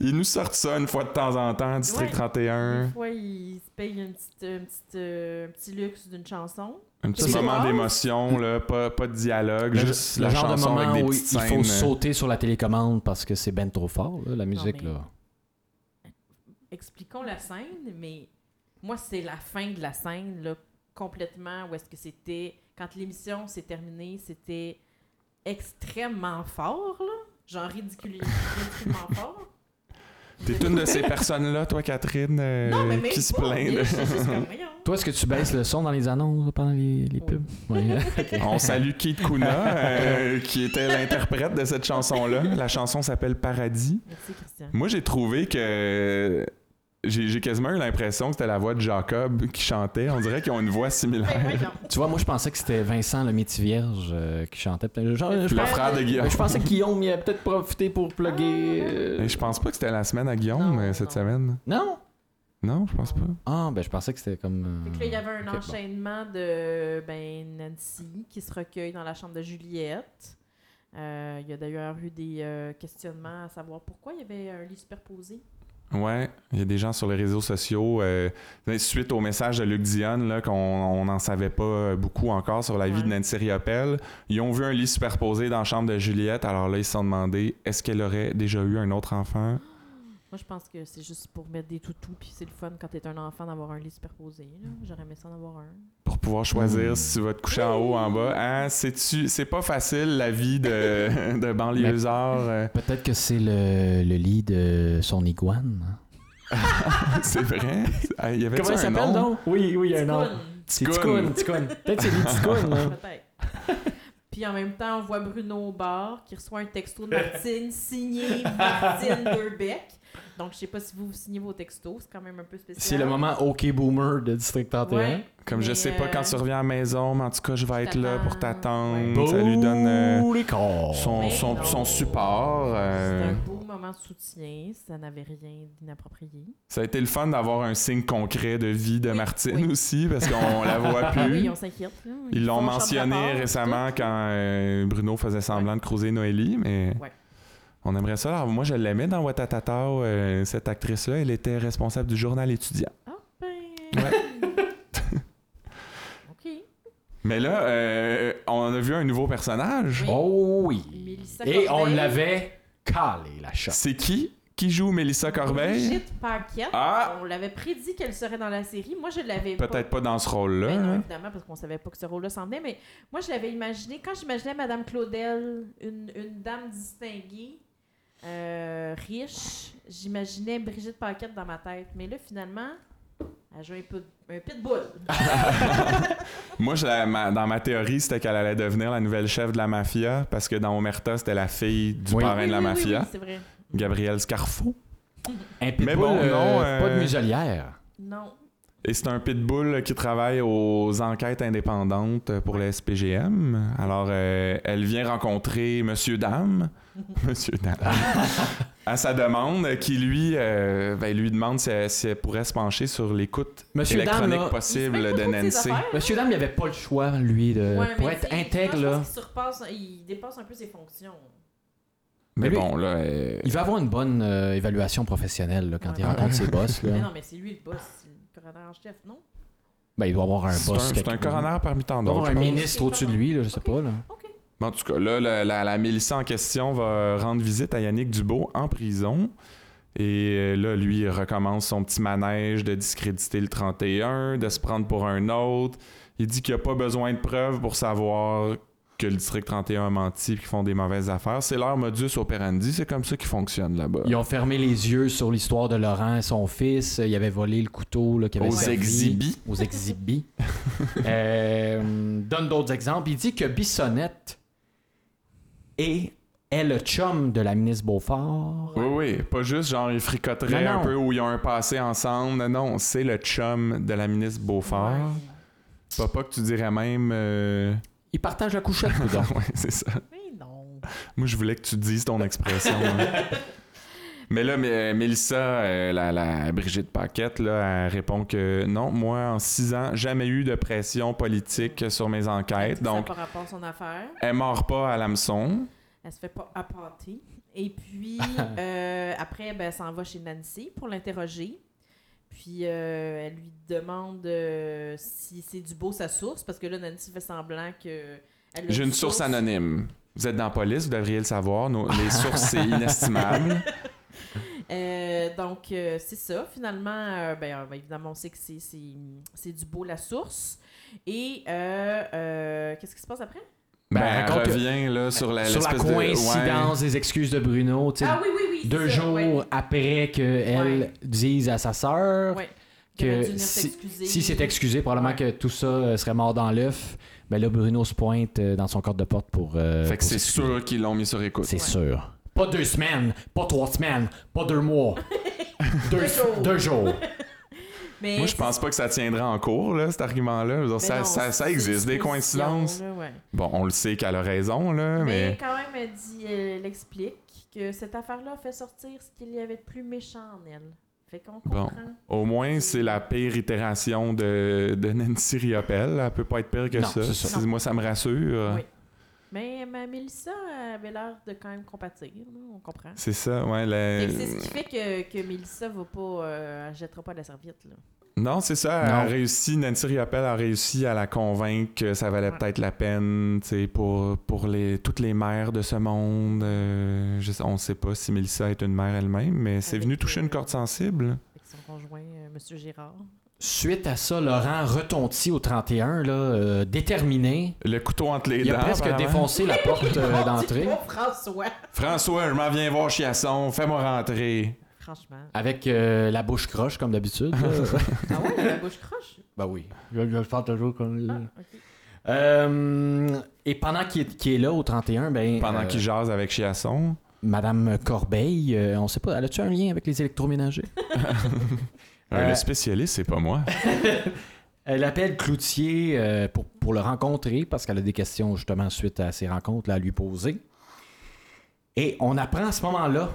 Ils nous sortent ça une fois de temps en temps, District
Ouais. Des
31.
fois, il se paye une petite, une petite, euh, un petit luxe d'une chanson.
Un petit
C'est
moment
rare.
d'émotion, là, pas, pas de dialogue, juste la
genre de
chanson
moment
avec des
où il
petites scènes. euh.
faut sauter sur la télécommande parce que c'est ben trop fort, là, la musique,
mais-
là.
Expliquons la scène, mais moi, c'est la fin de la scène, là, complètement, où est-ce que c'était... Quand l'émission s'est terminée, c'était extrêmement fort, là. Genre ridicule- ridiculement fort.
T'es une de ces personnes-là, toi, Catherine, euh,
Non, mais même
qui se
pas.
plaint.
Je
de-
suis juste comme, voyons.
Toi, est-ce que tu baisses le son dans les annonces là, pendant les,
Oh.
les pubs? Ouais.
On salue Keith Kuna, euh, qui était l'interprète de cette chanson-là. La chanson s'appelle Paradis.
Merci, Christian.
Moi, j'ai trouvé que. J'ai j'ai quasiment eu l'impression que c'était la voix de Jacob qui chantait. On dirait qu'ils ont une voix
Ben,
similaire.
voyons.
tu vois, moi, je pensais que c'était Vincent le métier vierge euh, qui chantait. Peut-être- genre,
Le
je, pense-
frère de Guillaume.
je pensais que Guillaume y a peut-être profité pour plugger. euh,
Mais Ben, je pense pas que c'était la semaine à Guillaume
Non,
euh, cette
non.
semaine.
Non?
Non, je pense pas.
Ah, ben, je pensais que c'était comme. euh,
Fait que là, il y avait un
ok, bon.
enchaînement de ben, Nancy qui se recueille dans la chambre de Juliette. Euh, il y a d'ailleurs eu des euh, questionnements à savoir pourquoi il y avait un lit superposé.
Ouais, il y a des gens sur les réseaux sociaux, euh, suite au message de Luc Dionne, là, qu'on on n'en savait pas beaucoup encore sur la vie
Ouais.
de Nancy Riopelle, ils ont vu un lit superposé dans la chambre de Juliette. Alors là, ils se sont demandé est-ce qu'elle aurait déjà eu un autre enfant
Moi, je pense que c'est juste pour mettre des toutous, puis c'est le fun quand t'es un enfant d'avoir un lit superposé. là. J'aurais aimé ça en avoir un.
pour pouvoir choisir
Hmm.
Mmh.
si tu vas te coucher en haut ou en bas Hein, c'est-tu- c'est pas facile la vie de, de banlieusard. euh,
Peut-être que c'est le, le lit de son iguane. hein.
c'est vrai Ah, Il y avait un nom?
Oui, oui, il y a un nom.
Ticoune,
C'est
Ticoune.
Ticoune, Ticoune. Peut-être c'est hein. lit Ticoune, là.
Peut-être. Puis en même temps, on voit Bruno au bar qui reçoit un texto de Martine signé Martine Durbeck. Donc, je sais pas si vous, vous signez vos textos, c'est quand même un peu spécial.
C'est le moment OK Boomer de District 31.
Ouais.
Comme je
Mais,
sais pas
euh,
quand tu reviens à la maison, mais en tout cas, je vais être là pour
t'attends.
t'attendre.
Beau
Ça lui donne. euh,
les corps.
son,
Mais
son,
non.
son support. euh,
C'était un beau moment de soutien, ça n'avait rien d'inapproprié.
ça a été le fun d'avoir un signe concret de vie de
Oui,
Martine
oui.
aussi, parce qu'on la voit
Ah oui,
plus.
on s'inquiète. là.
Ils l'ont
font chambre à
mentionné
part,
récemment
tout.
quand euh, Bruno faisait semblant de croiser Noélie, mais
Ouais.
on aimerait ça. Alors, moi, je l'aimais dans Watatatao, euh, cette actrice-là. Elle était responsable du journal étudiant.
Ah ben... OK.
Mais là, euh, on a vu un nouveau personnage.
Oh oui.
Mélissa
Et on
Corbeil.
l'avait calé, la chatte.
C'est qui? Qui joue Mélissa Corbeil?
Brigitte Paquette.
Ah!
On l'avait prédit qu'elle serait dans la série. Moi, je l'avais pas-
Peut-être pas dans ce rôle-là.
Ben non,
hein.
évidemment, parce qu'on savait pas que ce rôle-là s'en venait, mais moi, je l'avais imaginé, quand j'imaginais Madame Claudel, une, une dame distinguée, euh, riche, j'imaginais Brigitte Paquette dans ma tête. Mais là, finalement, elle joue un, peu, un pitbull.
Ah, Moi, je la- ma- dans ma théorie, c'était qu'elle allait devenir la nouvelle chef de la mafia parce que dans Omerta, c'était la fille du
Oui.
parrain
Oui,
de la
oui, oui,
mafia,
oui, c'est vrai.
Gabrielle Scarfo.
Un pitbull,
Mais bon,
euh,
non, euh,
pas de muselière.
Non.
Et c'est un pitbull qui travaille aux enquêtes indépendantes pour le SPGM. Alors, euh, elle vient rencontrer Monsieur Dame. Monsieur Dame. à sa demande, qui lui, euh, ben, lui demande si elle, si elle pourrait se pencher sur l'écoute
Monsieur Dame,
électronique
là,
possible
Il se fait
de
pas trop de ses
Nancy.
affaires.
Monsieur Dame, il avait pas le choix, lui, de
Ouais,
pour
mais
être
tu sais,
intègre,
souvent, je
là.
pense qu'il surpasse- il dépasse un peu ses fonctions.
Mais
Mais lui-
bon, là. euh,
Il va avoir une bonne euh, évaluation professionnelle là, quand
Ouais.
il rencontre ses boss. Là.
Mais non, mais c'est lui le boss, c'est le coroner en chef, non?
Ben, il doit avoir un
c'est un,
boss.
c'est
quelque-
un coroner parmi tant
Il doit
d'autres.
avoir un
je pense.
ministre au-dessus de lui, là, je sais
Ok.
pas. Là.
OK.
En tout cas, là, la, la, la Mélissa en question va rendre visite à Yannick Dubo en prison. Et euh, là, lui, il recommence son petit manège de discréditer le 31, de se prendre pour un autre. Il dit qu'il n'y a pas besoin de preuves pour savoir que le district 31 a menti et qu'ils font des mauvaises affaires. C'est leur modus operandi, c'est comme ça qu'ils fonctionnent là-bas.
Ils ont fermé les yeux sur l'histoire de Laurent et son fils. Il avait volé le couteau là, qu'il avait
Aux
servi.
exhibits.
Aux exhibits. Euh, donne d'autres exemples. Il dit que Bissonnette est, est le chum de la ministre Beaufort.
Oui, oui, pas juste genre ils fricoteraient
Non,
un
non.
peu ou ils ont un passé ensemble. Non, non, c'est le chum de la ministre Beaufort. Pas pas que tu dirais même. euh,
Il partage la couchette, coudonc.
ouais, c'est ça.
Mais non.
Moi, je voulais que tu dises ton expression. hein. Mais là, mais, euh, Mélissa, euh, la, la Brigitte Paquette, là, elle répond que non, moi, en six ans, jamais eu de pression politique sur mes enquêtes.
Donc...
Donc,
Ça par rapport à son affaire.
elle mord pas à l'hameçon.
Elle se fait pas appâter. Et puis, euh, après, ben, elle s'en va chez Nancy pour l'interroger. Puis, euh, elle lui demande euh, si c'est du beau sa source, parce que là, Nancy fait semblant que. elle a
J'ai une source anonyme. Vous êtes dans la police, vous devriez le savoir. Nos- les sources, c'est inestimable.
Euh, donc, euh, c'est ça. Finalement, euh, ben, euh, ben, évidemment, on sait que c'est- c'est c'est du beau la source. Et euh, euh, qu'est-ce qui se passe après?
Ben,
Ben,
elle
raconte que-
revient là, sur la,
Sur la
l'espèce de-
coïncidence des excuses de Bruno, tu sais,
Ah oui, oui, oui. c'est
deux
ça,
jours
ouais.
après qu'elle
Ouais.
dise à sa sœur
Ouais. Qu'elle a dû
que
venir
si,
s'excuser.
si c'est excusé, probablement que tout ça euh, serait mort dans l'œuf. Ben là, Bruno se pointe euh, dans son corps de porte pour. euh,
Ouais. Fait que
pour
c'est
s'excuser.
sûr qu'ils l'ont mis sur écoute.
C'est sûr. Pas deux semaines, pas trois semaines, pas deux mois. deux,
Deux jours.
deux jours.
Mais
Moi, je pense pas que ça tiendra en cours, là, cet argument-là. Je veux dire,
Mais
Ça,
non,
ça- ça
c'est
existe, des
supposition,
coïncidences.
là, ouais.
Bon, on le sait qu'elle a raison, là, Ah,
mais...
mais...
quand même, elle, dit, elle explique que cette affaire-là a fait sortir ce qu'il y avait de plus méchant en elle. Fait qu'on
Bon.
comprend.
Au moins, c'est la pire itération de, de Nancy Riopelle. Elle peut pas être pire que
Non,
ça.
c'est ça.
Si- Moi, ça me rassure.
Oui. Mais ma Mélissa avait l'air de quand même compatir, là, on comprend.
C'est ça, ouais. la-
Fait que C'est ce qui fait que, que Mélissa va pas, euh, elle jettera pas la serviette. Là.
Non, c'est ça. Elle a
Non.
réussi, Nancy Riopelle a réussi à la convaincre que ça valait
Ouais.
peut-être la peine tu sais, pour, pour les, toutes les mères de ce monde. Euh, je sais- on sait pas si Mélissa est une mère elle-même, mais c'est
Avec,
venu toucher
euh,
une corde sensible.
Avec son conjoint, euh, Monsieur Gérard.
Suite à ça, Laurent retentit au 31, là, euh, déterminé.
Le couteau entre les
Il
dents.
a presque
apparemment.
défoncé la porte euh, d'entrée.
Oh, François!
François, je m'en viens voir Chiasson. Fais-moi rentrer.
Franchement.
Avec euh, la bouche croche, comme d'habitude. là.
Ah ouais, elle a la bouche croche?
Ben oui. Je, je le parle toujours comme.
Ah, ok.
Euh, et pendant qu'il est, qu'il est là au 31, ben.
Pendant
euh,
qu'il jase avec Chiasson.
Madame Corbeil, euh, on sait pas, elle a-tu un lien avec les électroménagers?
Euh,
Euh,
le spécialiste, c'est pas moi.
Elle appelle Cloutier euh, pour, pour le rencontrer parce qu'elle a des questions justement suite à ces rencontres là, à lui poser. Et on apprend à ce moment-là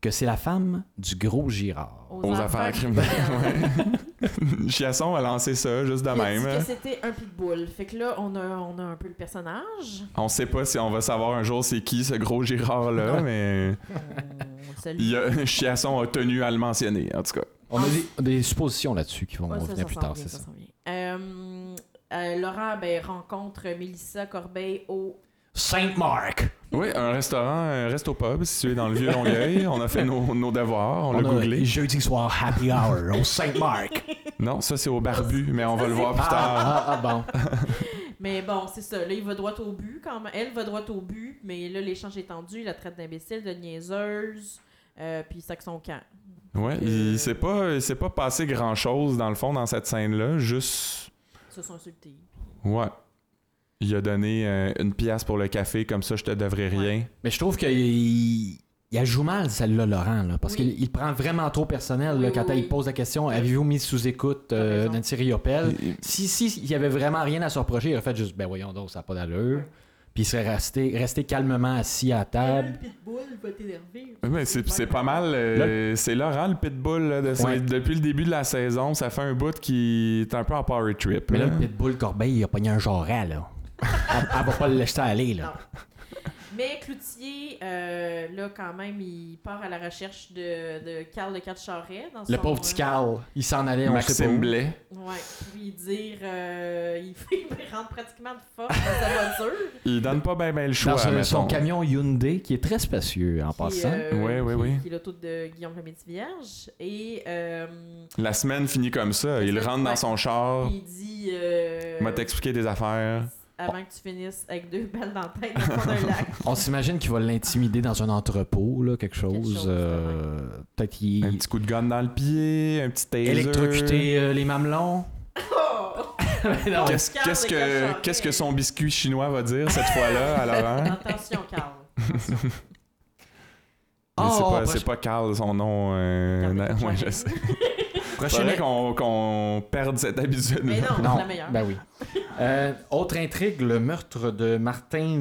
que c'est la femme du gros Girard.
Aux affaires criminelles. ouais. Chiasson a lancé ça juste de
Il a dit
même.
que
hein.
c'était un pitbull. Fait que là, on a, on a un peu le personnage.
On sait pas si on va savoir un jour c'est qui ce gros Girard-là, mais
On le salue.
il a- Chiasson a tenu à le mentionner, en tout cas.
On a des, des suppositions là-dessus qui vont
Ouais, ça,
revenir
ça
plus
s'en
tard,
vient,
c'est
ça
ça.
s'en vient. Euh, euh, Laurent ben, rencontre Mélissa Corbeil au
Sainte-Marc!
Oui, un restaurant, un resto pub situé dans le vieux Longueuil. On a fait nos, nos devoirs, on, l'a
a
googlé.
Jeudi soir, happy hour, au Saint-Marc.
Non, ça c'est au barbu, mais on va le voir plus tard.
Ah, ah, bon.
Mais bon, c'est ça. Là, il va droit au but quand même. Elle va droit au but, mais là, l'échange est tendu. La traite d'imbécile, de niaiseuse, euh, puis ça que son camp.
Ouais, il s'est pas, il s'est pas passé grand chose dans le fond dans cette scène-là. Juste,
Ils se sont insultés.
ouais. Il a donné euh, une pièce pour le café, comme ça je te devrais rien.
Mais je trouve qu'il il a joue mal, celle-là, Laurent, là, parce
Oui.
qu'il il prend vraiment trop personnel là,
Oui,
quand
oui,
il
oui.
pose la question Avez-vous mis sous écoute euh,
T'as raison.
Nancy Riopelle
Il-
Si, si, il y avait vraiment rien à se reprocher, il aurait fait juste Ben voyons donc, ça n'a pas d'allure. Puis il serait resté, resté calmement assis à table.
pitbull va t'énerver.
Mais c'est c'est pas mal. euh, C'est Laurent le pitbull. là, de-
Ouais.
Depuis le début de la saison, ça fait un bout qui est un peu en power trip.
Mais là,
là.
le pitbull Corbeil, il a pogné un jarret, là. elle, elle va pas le laisser aller, là.
Non. Mais Cloutier, euh, là, quand même, il part à la recherche de, de Carl de Charret. Dans
Le
son,
pauvre petit
euh,
Carl, il s'en allait, on sait pas
Maxime
où.
Blais.
Ouais, puis dire. euh, il, fait- il rentre pratiquement de force dans sa voiture.
Il donne pas bien ben le choix.
Dans son, son
mettons.
camion Hyundai, qui est très spacieux en
qui,
passant.
euh,
Ouais, ouais,
qui-
ouais.
Qui est l'auto de Guillaume Lemaitre Vierge. Et euh,
La semaine finit comme ça. Il rentre dans son char.
il dit. euh,
M'a t'expliquer des affaires.
avant que tu finisses avec deux balles dans la tête dans le fond d'un lac.
On s'imagine qu'il va l'intimider dans un entrepôt, là, quelque chose.
chose,
euh, Peut-être
Un
qu'il
petit coup de gun dans le pied, un petit taser.
électrocuter euh, les mamelons.
Oh!
Mais non.
Qu'est-ce qu'est-ce que, qu'est-ce que son biscuit chinois va dire cette fois-là à Laurent?
Hein? Attention, Carl.
Mais c'est
Oh,
pas-
proche-
c'est pas Carl, son nom. euh,
Carl de
ouais, je
Charret.
sais.
prochaine-
Faudrait qu'on qu'on perde cette habitude.
Mais non,
Non,
c'est la meilleure.
ben oui. Euh, autre intrigue, le meurtre de Martin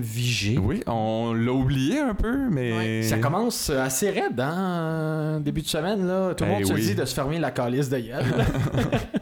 Vigé.
Oui, on l'a oublié un peu, mais.
Ça commence assez raide, hein? euh, Début de semaine, là. Tout le
Eh
monde se
oui.
dit de se fermer la calice de gueule.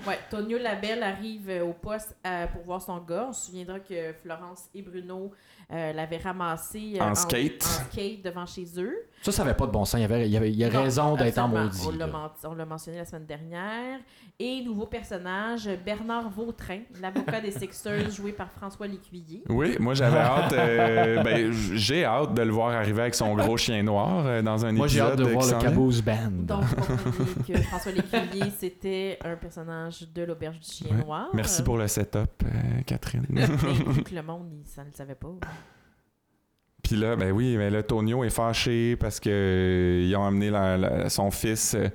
Ouais, Tonio Labelle arrive euh, au poste euh, pour voir son gars. On se souviendra que Florence et Bruno euh, l'avaient ramassé euh,
En skate.
en skate devant chez eux.
ça, ça avait pas de bon sens. Il y avait, il y avait- il y a
Non,
raison d'être en
absolument.
maudit.
On l'a
là.
menti- On l'a mentionné la semaine dernière. Et nouveau personnage, Bernard Vautrin, l'avocat des sexeuses joué par François Lécuyer.
Oui, moi j'avais hâte. euh, ben, j- j'ai hâte de le voir arriver avec son gros chien noir euh, dans un
Moi, j'ai
épisode.
hâte de
qui
voir
s'en
le
vient.
Caboose Band.
Mm.
Donc, vous comprenez que François Lécuyer, c'était un personnage de l'Auberge du Chien
Ouais.
Noir.
Merci pour le setup, euh, Catherine.
Mais vu que le monde, il- ça ne le savait pas.
Puis là, ben oui, mais là, Tonio est fâché parce que euh, ils ont amené la- la- son fils euh,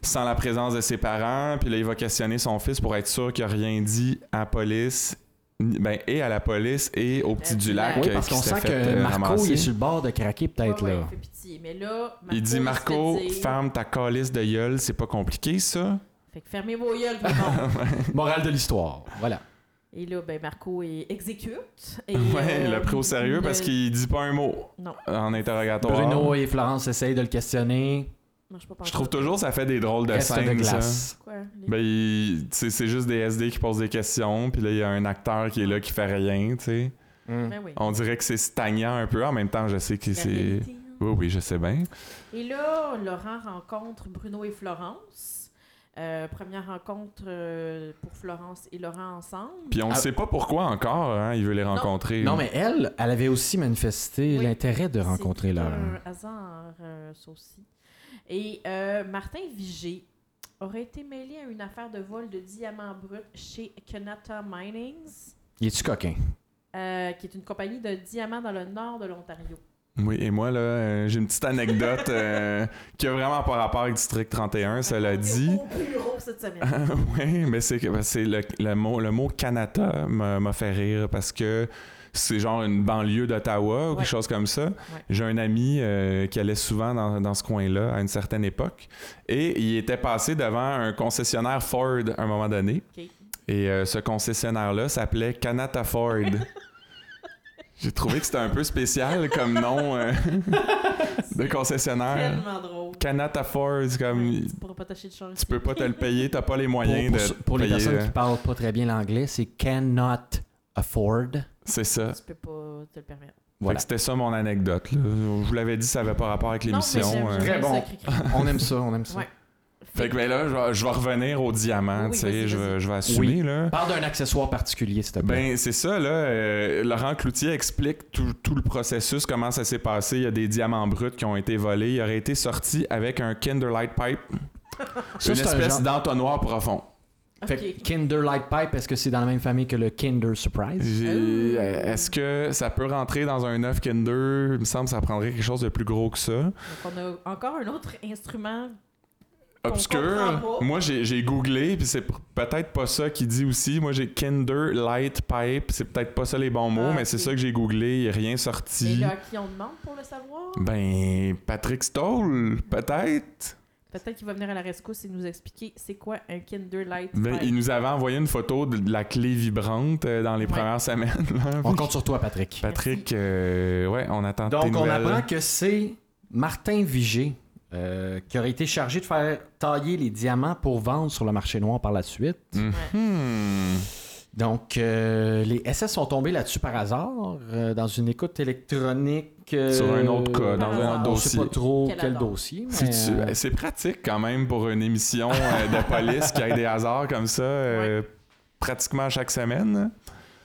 sans la présence de ses parents. Puis là, il va questionner son fils pour être sûr qu'il n'a rien dit à la police. ni- Ben, et à la police et au petit
Euh,
du lac
oui,
Oui,
euh,
parce
qui
qu'on
s'était
sent
fait,
que
euh,
Marco, il
ramasser.
est sur le bord de craquer, peut-être,
Ouais, ouais,
là.
il fait pitié. Mais là, Marco,
Il dit
se
Marco,
fait dire-
ferme ta calice de gueule, c'est pas compliqué ça.
Fait que fermez vos yeux, tout le monde.
Morale de l'histoire. Voilà.
Et là, ben, Marco est exécute. Et,
Ouais,
euh,
il l'a pris au sérieux
le-
parce qu'il dit pas un mot
Non,
en interrogatoire.
Bruno et Florence essayent de le questionner.
marche pas
Je trouve toujours ça fait des drôles de
Reste de
scènes, ça.
glace.
Quoi? les-
Ben, il- c'est c'est juste des SD qui posent des questions, puis là, il y a un acteur qui est là qui fait rien, tu sais.
Mm.
Ben oui.
On dirait que c'est stagnant un peu. En même temps, je sais que
La
c'est.
réalité, hein.
Oui, oui, je sais bien.
Et là, Laurent rencontre Bruno et Florence. Euh, première rencontre euh, pour Florence et Laurent ensemble.
Puis on ne
Ah.
sait pas pourquoi encore, hein, il veut les rencontrer.
Non, mais elle, elle avait aussi manifesté
Oui.
l'intérêt de rencontrer
C'est
Laurent.
un hasard, euh, ça aussi. Et euh, Martin Vigé aurait été mêlé à une affaire de vol de diamants bruts chez Kanata Minings,
Il est-tu coquin?
euh, qui est une compagnie de diamants dans le nord de l'Ontario.
Oui, et moi, là, euh, j'ai une petite anecdote euh, qui a vraiment pas rapport avec District 31, cela dit.
Au bureau cette semaine.
oui, mais c'est que ben, c'est le, le mot le mot Canada m'a m'a fait rire parce que c'est genre une banlieue d'Ottawa ou
Ouais.
quelque chose comme ça. J'ai un ami euh, qui allait souvent dans, dans ce coin-là à une certaine époque et il était passé devant un concessionnaire Ford à un moment donné.
Ok.
Et euh, ce concessionnaire-là s'appelait Canada Ford. J'ai trouvé que c'était un peu spécial comme nom euh, de concessionnaire.
Tellement drôle.
Canada Ford, c'est comme
Tu pourras pas tâcher de changer.
Euh, tu peux pas te le payer, t'as pas les
Pour,
moyens
pour-
de
pour les
payer,
personnes
euh,
qui parlent pas très bien l'anglais, c'est cannot afford.
C'est ça.
Tu peux pas te le permettre.
Fait
Voilà.
que c'était ça mon anecdote. là. Je vous l'avais dit, ça avait pas rapport avec
Non, mais
l'émission.
j'aime-
euh.
j'aime
Très
ça,
bon.
cri-cri.
On aime ça, on aime ça.
Ouais.
Fait que ben là, je vais, je vais revenir au diamant,
Oui,
tu sais,
vas-y,
je, vais- je vais assumer,
Oui.
là.
Parle d'un accessoire particulier, s'il te plaît.
Ben, c'est ça, là. euh, Laurent Cloutier explique tout, tout le processus, comment ça s'est passé. Il y a des diamants bruts qui ont été volés. Il aurait été sorti avec un Kinderlight Pipe,
ça,
une
c'est un
espèce
genre-
d'entonnoir profond.
Fait que Kinder Light Pipe, est-ce que c'est dans la même famille que le Kinder Surprise?
J'ai-
Ouh.
euh, Est-ce que ça peut rentrer dans un œuf Kinder? Il me semble que ça prendrait quelque chose de plus gros que ça.
Donc, on a encore un autre instrument. Qu'on comprend
Obscur.
pas.
Ah, Moi, j'ai j'ai googlé, puis c'est p- peut-être pas ça qu'il dit aussi. Moi, j'ai Kinder Light Pipe. C'est peut-être pas ça les bons mots,
Ah,
mais
ok.
c'est ça que j'ai googlé. Il est rien
Et
sorti.
là, à qui on demande pour le savoir?
Ben, Patrick Stoll, peut-être.
Peut-être qu'il va venir à la rescousse et nous expliquer c'est quoi un Kinder Light.
Ben,
Pipe.
il nous avait envoyé une photo de la clé vibrante euh, dans les
Ouais.
premières semaines. là.
On compte sur toi, Patrick.
Patrick, euh, ouais, on attend tes
Donc, on
nouvelles.
apprend que c'est Martin Vigé euh, qui aurait été chargé de faire tailler les diamants pour vendre sur le marché noir par la suite.
Mhm. Hmm.
Donc, euh, les SS sont tombés là-dessus par hasard, euh, dans une écoute électronique. euh,
Sur un autre cas, dans
un autre
on sait
dossier.
pas trop quel,
Quel hasard.
dossier. mais,
C'est tu-
euh,
ben, c'est pratique quand même pour une émission euh, de police qui a des hasards comme ça euh, pratiquement chaque semaine.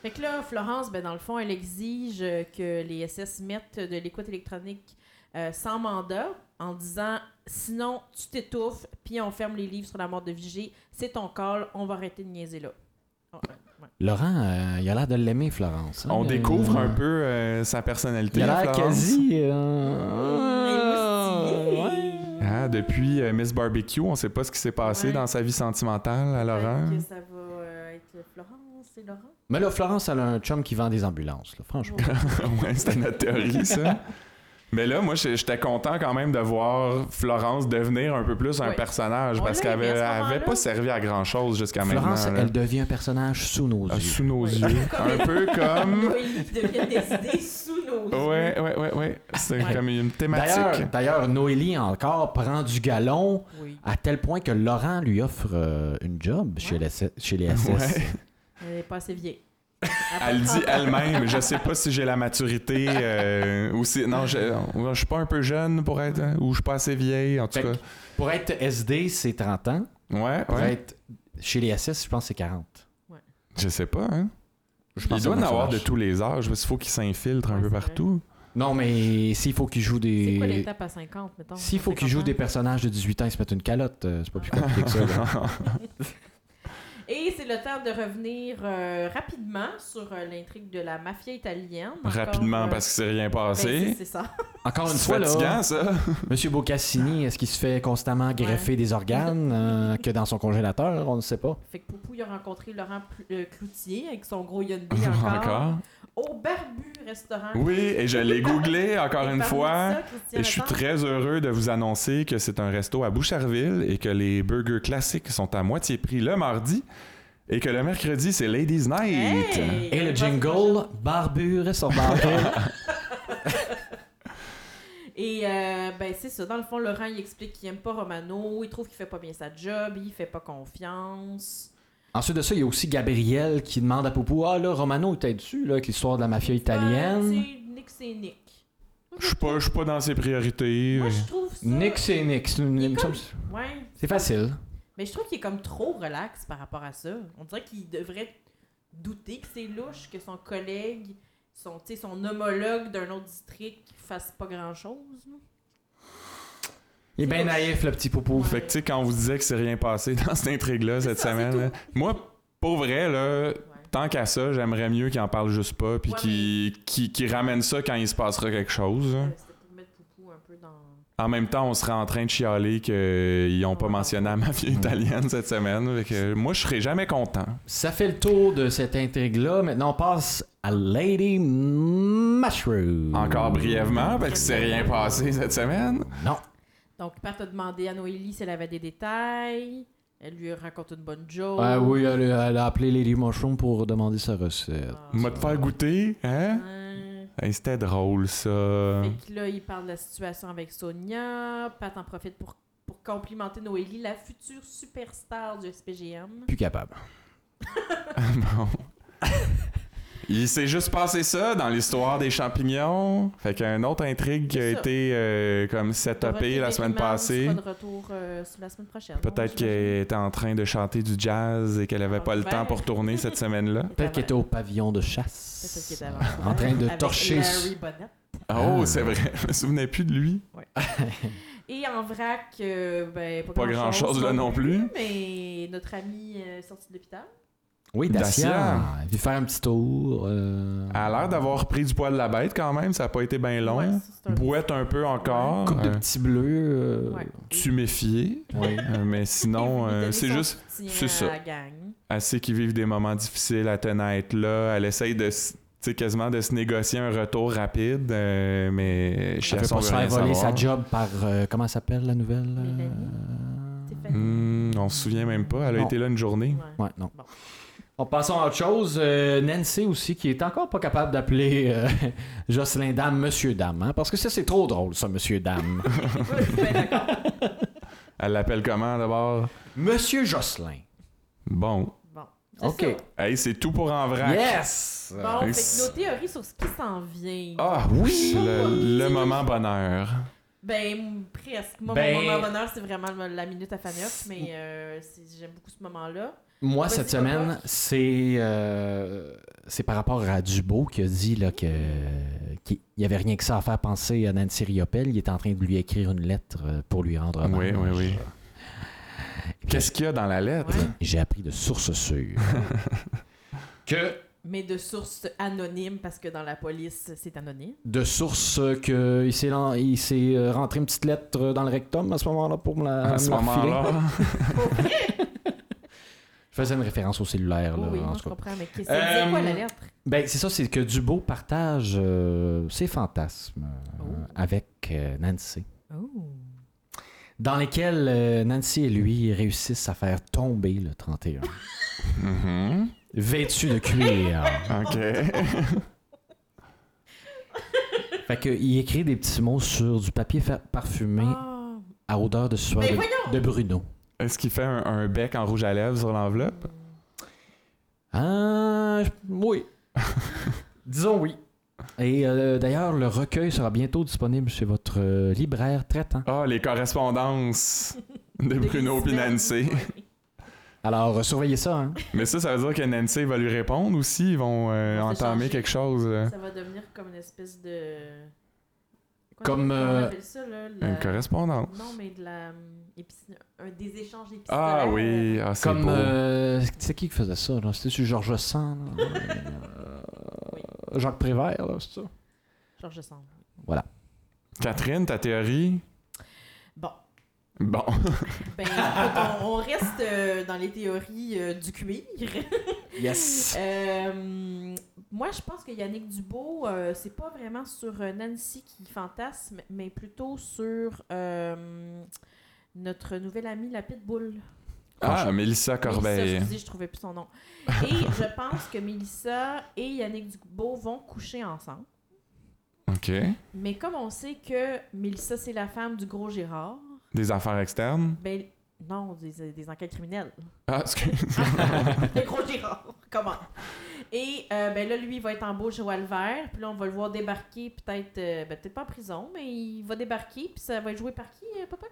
Fait que là, Florence, ben, dans le fond, elle exige euh, que les SS mettent de l'écoute électronique euh, sans mandat en disant sinon tu t'étouffes, puis on ferme les livres sur la mort de Vigée, c'est ton call, on va arrêter de niaiser là. Oh, ouais, ouais.
Laurent, euh, il a l'air de l'aimer, Florence. hein,
On
euh,
découvre un peu euh, sa personnalité.
Il a l'air
Florence.
quasi. euh,
Il est moustillé.
Ah, depuis euh, Miss Barbecue, on sait pas ce qui s'est passé
Ouais.
dans sa vie sentimentale à Laurent.
Fait que ça va euh, être Florence et Laurent.
Mais là, Florence, elle a un chum qui vend des ambulances, là, franchement.
ouais, c'était notre théorie, ça. Mais là, moi, j'- j'étais content quand même de voir Florence devenir un peu plus un
Ouais.
personnage
On
parce
l'a
qu'elle
aimé
avait,
à ce
elle avait
moment-là.
pas servi à grand chose jusqu'à maintenant.
Florence,
là.
elle devient un personnage sous nos
hein. Ah,
yeux.
sous nos
Ouais.
yeux. un peu comme.
Oui, ils deviennent des idées sous nos yeux.
Ouais, ouais, ouais, ouais. C'est
Ouais.
comme une thématique.
D'ailleurs, d'ailleurs, Noélie encore prend du galon
Oui.
à tel point que Laurent lui offre euh, une job chez,
Ouais.
les, SS chez les SS.
Ouais.
Elle n'est pas assez vieille.
Elle dit elle-même, je sais pas si j'ai la maturité euh, ou si non, je, euh, je suis pas un peu jeune pour être hein, ou je suis pas assez vieille en tout
Fait que
cas.
pour être SD, c'est 30 ans.
Ouais,
Pour
ouais.
être chez les SS, je pense que c'est 40.
Je sais pas. Hein.
Je
Il
pense
doit en
que ça
avoir
marche.
de tous les âges parce qu'il faut qu'il s'infiltre un
Ouais,
peu
c'est vrai.
partout.
Non, mais s'il faut qu'il joue
C'est quoi
des...
l'étape à 50, mettons?
S'il faut qu'il
50
joue
ans?
des personnages de 18 ans, ils se mettent une calotte. euh, C'est pas plus compliqué que ça. là.
Et c'est le temps de revenir euh, rapidement sur euh, l'intrigue de la mafia italienne. euh,
Rapidement parce que c'est rien passé.
Ben, c'est ça.
Encore une
c'est
fois, là,
fatigant ça.
Monsieur Bocassini, est-ce qu'il se fait constamment greffer des organes euh, que dans son congélateur? On ne sait pas.
Fait que Poupou, il a rencontré Laurent Pl- euh, Cloutier avec son gros Hyundai encore,
Encore.
au Barbu Restaurant.
Oui, et je l'ai googlé encore
Et
une
parmi
fois.
ça, Christian
Et je suis
Lefebvre,
très heureux de vous annoncer que c'est un resto à Boucherville et que les burgers classiques sont à moitié prix le mardi et que le mercredi, c'est Ladies Night.
Hey!
Et le jingle, barbure sur barbure.
Et euh, ben c'est ça. Dans le fond, Laurent, il explique qu'il aime pas Romano, il trouve qu'il fait pas bien sa job, il fait pas confiance.
Ensuite de ça, il y a aussi Gabriel qui demande à Poupou Ah là, Romano était dessus là, avec l'histoire de la mafia
Ouais,
italienne.
tu sais, Nick, c'est Nick.
Je suis pas, je suis pas dans ses priorités.
Moi, je trouve ça...
Nick, c'est Nick. C'est une-
Il est comme-
c'est-
Ouais.
c'est facile.
Mais je trouve qu'il est comme trop relax par rapport à ça. On dirait qu'il devrait douter que c'est louche que son collègue, son, tu sais, son homologue d'un autre district fasse pas grand-chose. là.
Il est bien naïf, le petit Poupou.
Fait que tu sais, quand on vous disait que c'est rien passé dans cette intrigue-là cette
ça, c'est
semaine,
tout.
là, moi, pour vrai, là, tant qu'à ça, j'aimerais mieux qu'il en parle juste pas puis
Ouais,
qu'il qu'il- qu'il ramène ça quand il se passera quelque chose.
Ouais. Euh, C'était pour mettre Poupou un peu dans...
En même temps, on serait en train de chialer qu'ils ont pas mentionné la mafia italienne cette semaine. Fait que moi, je serais jamais content.
Ça fait le tour de cette intrigue-là. Maintenant, on passe à Lady Mushroom.
Encore brièvement, parce que c'est rien passé cette semaine.
Non.
Donc, Pat a demandé à Noélie si elle avait des détails. Elle lui raconte une bonne joke.
Ah oui, elle, elle a appelé Lady Mushroom pour demander sa recette.
Ah.
M'a te faire goûter, hein?
Hein?
Hey, C'était drôle, ça.
Fait que là, il parle de la situation avec Sonia. Pat en profite pour, pour complimenter Noélie, la future superstar du SPGM.
Plus capable.
Bon. Il s'est juste passé ça dans l'histoire des champignons. Fait qu'une autre intrigue qui a
C'est ça.
été euh, comme setupée la semaine passée.
de retour euh, la semaine prochaine.
Peut-être
que
qu'elle était en train de chanter du jazz et qu'elle avait
Ah,
pas le
ben.
temps pour tourner cette semaine-là.
Peut-être qu'il était au pavillon de chasse.
Peut-être qu'il était avant.
en train de
Avec
torcher.
Larry Bonnet.
Oh,
Ah.
c'est vrai. Je me souvenais plus de lui.
Et en vrac, euh, ben, pas,
Pas grand-chose, là, non plus.
Mais notre ami euh, sorti de l'hôpital.
Oui,
Dacia.
Dacia. Il veut faire un petit tour. euh,
Elle a l'air d'avoir pris du poids de la bête quand même. Ça n'a pas été bien long.
Ouais, ça, c'est un-
Boite un peu encore.
Coupe de
Euh,
petits bleus. euh,
Ouais.
tu méfiais.
oui.
Euh, mais sinon,
Il
euh,
donnait
c'est
son
juste
soutien
c'est
à
ça.
la gang.
assez qu'ils vivent des moments difficiles à être là. Elle essaye de s- tu sais, quasiment de se négocier un retour rapide, euh, mais
Elle veut
Chiasson
pas se
veut rien
faire voler
savoir.
sa job par. euh, comment s'appelle la nouvelle euh,
Stéphanie.
Hmm, on se souvient même pas. Elle a
Non.
été là une journée.
Ouais.
Ouais, non.
Bon.
On passe à autre chose. Euh, Nancy aussi, qui est encore pas capable d'appeler euh, Jocelyn Dame Monsieur Dame. hein, parce que ça, c'est trop drôle, ça, Monsieur Dame.
Ben, d'accord.
Elle l'appelle comment d'abord?
Monsieur Jocelyn.
Bon.
bon. C'est
OK.
ça.
Hey, c'est tout pour en vrac.
Yes!
Bon, fait que
c'est-
nos théories sur ce qui s'en vient.
Ah oui! Le, le moment bonheur.
Ben, m- presque. Moi,
Ben-
mon moment bonheur, c'est vraiment le- la minute à Fanioc, mais euh, c'est- j'aime beaucoup ce moment-là.
Moi,
Vas-y,
cette
Papa.
semaine, c'est euh, c'est par rapport à Dubo qui a dit là, que, qu'il n'y avait rien que ça à faire penser à Nancy Riopelle. Il est en train de lui écrire une lettre euh, pour lui rendre
Oui,
hommage.
oui, oui. Qu'est-ce qu'il y a dans la lettre?
Ouais.
J'ai appris de sources sûres que
Mais de source anonyme, parce que dans la police, c'est anonyme.
de source qu'il s'est lan- il s'est euh, rentré une petite lettre dans le rectum à ce moment-là pour me la,
À ce
me la refiler.
moment-là,
Je faisais une référence au cellulaire. Là,
Oh oui, oui,
en
moi,
tout
je
cas.
comprends, mais qu'est-ce que ça
Euh,
disait quoi, la lettre?
Ben, c'est ça, c'est que Dubo partage euh, ses fantasmes euh,
Oh.
avec euh, Nancy.
Oh.
dans lesquels euh, Nancy et lui réussissent à faire tomber le 31.
Mhm.
Vêtu de cuir.
OK.
fait qu'il écrit des petits mots sur du papier fa- parfumé à odeur de sueur
Ah. Mais
de, de Bruno.
Est-ce qu'il fait un, un bec en rouge à lèvres sur l'enveloppe?
Ah, je- oui. Disons oui. Et euh, d'ailleurs, le recueil sera bientôt disponible chez votre euh, libraire traitant.
Ah, les correspondances de Bruno puis Nancy.
Alors, euh, surveillez ça. Hein.
Mais ça, ça veut dire que Nancy va lui répondre aussi. Ils vont euh,
Ils vont se
entamer
changer.
quelque chose. euh,
Ça va devenir comme une espèce de... Quoi,
Comme,
comment
euh,
on appelle ça, là? la-
Une correspondance.
Non, mais de la... hum, épici- Un des échanges épistolaires.
Ah
euh,
oui, ah, c'est
Comme.
beau.
euh, c'est qui qui faisait ça? là? C'était sur Georges Sand. là? Euh, Jacques Prévert, là, c'est ça?
Genre, je sens.
Catherine, ta théorie?
Bon.
Bon. Ah,
Ben, écoute, on, on reste euh, dans les théories euh, du cuir.
Yes!
Euh, moi, je pense que Yannick Dubo, euh, c'est pas vraiment sur euh, Nancy qui fantasme, mais plutôt sur euh, notre nouvelle amie, la Pitbull.
Ah, Mélissa
Mélissa,
Corbeil.
je vous dis, je trouvais plus son nom. Et je pense que Mélissa et Yannick Dubo vont coucher ensemble.
OK.
Mais comme on sait que Mélissa, c'est la femme du gros Gérard,
Des affaires externes?
ben non, des, des enquêtes criminelles.
Ah, excuse.
Le gros Gérard, comment? Et euh, ben là, lui, il va être embauché au Alvert, puis là, on va le voir débarquer, peut-être euh, ben, peut-être pas en prison, mais il va débarquer, puis ça va être joué par qui, euh, Popoc?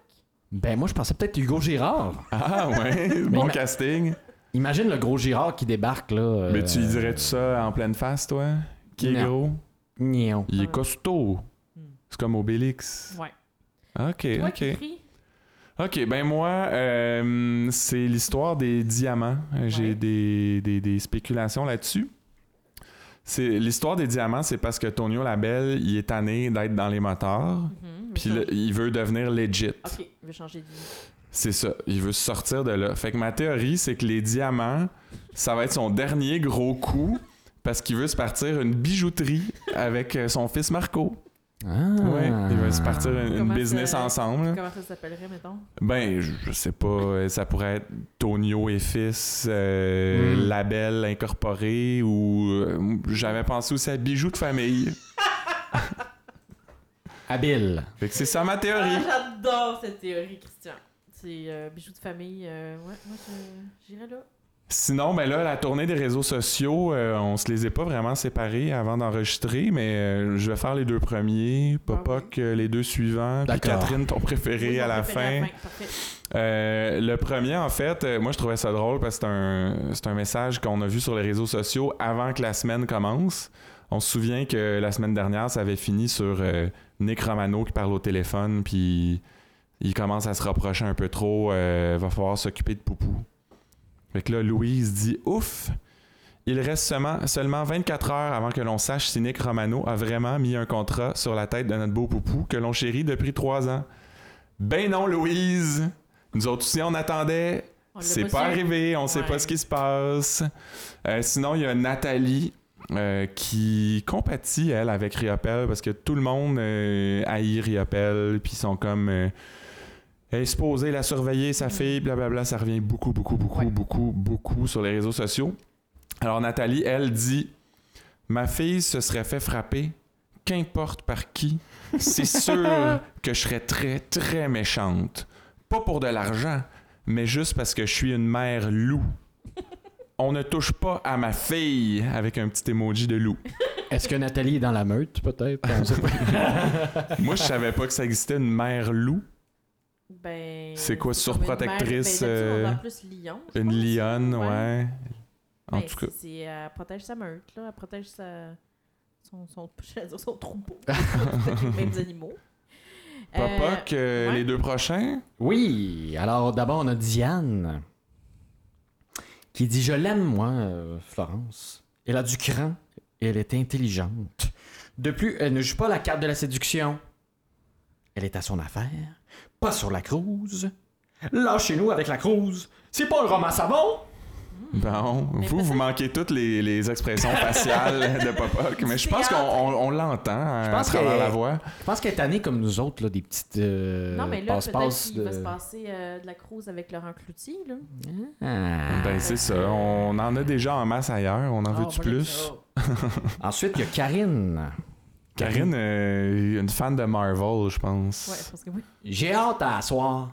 Ben moi je pensais peut-être Hugo Girard.
Ah, ouais. Bon
ben,
mais-
casting.
Imagine le gros Girard qui débarque là. euh,
Mais tu lui dirais tout ça en pleine face, toi? Qui est
Non.
gros?
Nion.
Il est
Ouais.
costaud.
Ah. Hmm.
C'est comme Obélix.
Ouais.
OK,
Toi
OK.
qui crie?
OK, ben moi, euh, c'est l'histoire des diamants. Euh, J'ai
Ouais.
des, des- des spéculations là-dessus. C'est L'histoire des diamants, c'est parce que Tonio Labelle, il est tanné d'être dans les moteurs,
Mhm,
puis
je
là,
change-
il veut devenir legit.
Ok, je vais changer de vie.
C'est ça, il veut sortir de là. Fait que ma théorie, c'est que les diamants, ça va être son dernier gros coup, parce qu'il veut se partir une bijouterie avec euh, son fils Marco.
Ah.
Ouais, il veut se partir une, une
Comment
business
ça-
ensemble.
Comment ça s'appellerait, mettons?
Ben, je, je sais pas. euh, Ça pourrait être Tonio et fils, euh,
Mm.
label incorporé ou euh, j'avais pensé aussi à bijoux de famille.
Ah. Habile.
Fait que c'est ça ma
Ah,
théorie.
j'adore cette théorie, Christian. C'est euh, bijoux de famille. euh, ouais, moi, je- j'irais là.
Sinon, ben là, la tournée des réseaux sociaux, euh, on se les est pas vraiment séparés avant d'enregistrer, mais euh, je vais faire les deux premiers, Popoc euh, les deux suivants, puis
D'accord.
Catherine, ton préféré
Ah Oui,
à
mon
la
préféré à
fin.
Parfait.
Euh, le premier, en fait, euh, moi je trouvais ça drôle parce que c'est un, c'est un message qu'on a vu sur les réseaux sociaux avant que la semaine commence. On se souvient que la semaine dernière, ça avait fini sur euh, Nick Romano qui parle au téléphone, puis il commence à se rapprocher un peu trop. euh, va falloir s'occuper de Poupou. Fait que là, Louise dit Ouf Il reste seulement, seulement 24 heures avant que l'on sache si Nick Romano a vraiment mis un contrat sur la tête de notre beau Poupou que l'on chérit depuis trois ans. Ben non, Louise Nous autres aussi, on attendait.
On l'a
C'est pas
su.
arrivé, on sait
Ouais.
pas ce qui se passe. Euh, sinon, il y a Nathalie euh, qui compatit, elle, avec Riopel, parce que tout le monde euh, haït Riopel, puis ils sont comme. euh, elle est supposée la surveiller, sa fille, blablabla. Ça revient beaucoup, beaucoup, beaucoup,
Mm. Ouais.
beaucoup, beaucoup sur les réseaux sociaux. Alors, Nathalie, elle dit Ma fille se serait fait frapper, qu'importe par qui. C'est sûr que je serais très, très méchante. Pas pour de l'argent, mais juste parce que je suis une mère loup. On ne touche pas à ma fille avec un petit emoji de loup.
Est-ce que Nathalie est dans la meute, peut-être? On sait pas.
Moi, je savais pas que ça existait une mère loup,
Ben,
C'est quoi,
comme une
surprotectrice,
mère- ben,
euh,
d'habitude, on dit en plus lion. je
une
pense.
lionne,
Ouais.
ouais. En
Ben,
tout cas.
c'est- c'est- elle protège sa meute, là. Elle protège sa... son, son, j'allais dire son troupeau. les mêmes animaux. Euh,
Popoc, euh,
ouais.
les deux prochains.
Oui, alors d'abord on a Diane qui dit Je l'aime, moi, euh, Florence. Elle a du cran et elle est intelligente. De plus, elle ne joue pas la carte de la séduction. Elle est à son affaire, pas sur la cruise. Lâchez-nous avec la cruise. C'est pas le roman savon.
Hmm.
Bon, vous, vous manquez toutes les, les expressions faciales de Popoc, mais je pense qu'on on- on l'entend hein, à
pense
travers
que-
la voix.
Je pense qu'elle est tannée comme nous autres, là, des petites euh,
Non, mais là, peut-être
passe-passe
qu'il va
de-
se passer euh, de la cruise avec Laurent Cloutier, là.
Ah.
Ben, c'est ça. On en a déjà en masse ailleurs. On en
Ah,
veut-tu
voilà.
plus?
Ah.
Ensuite, il y a Karine.
Karine, euh, une fan de Marvel, je pense.
Ouais, je pense que oui.
J'ai hâte à asseoir.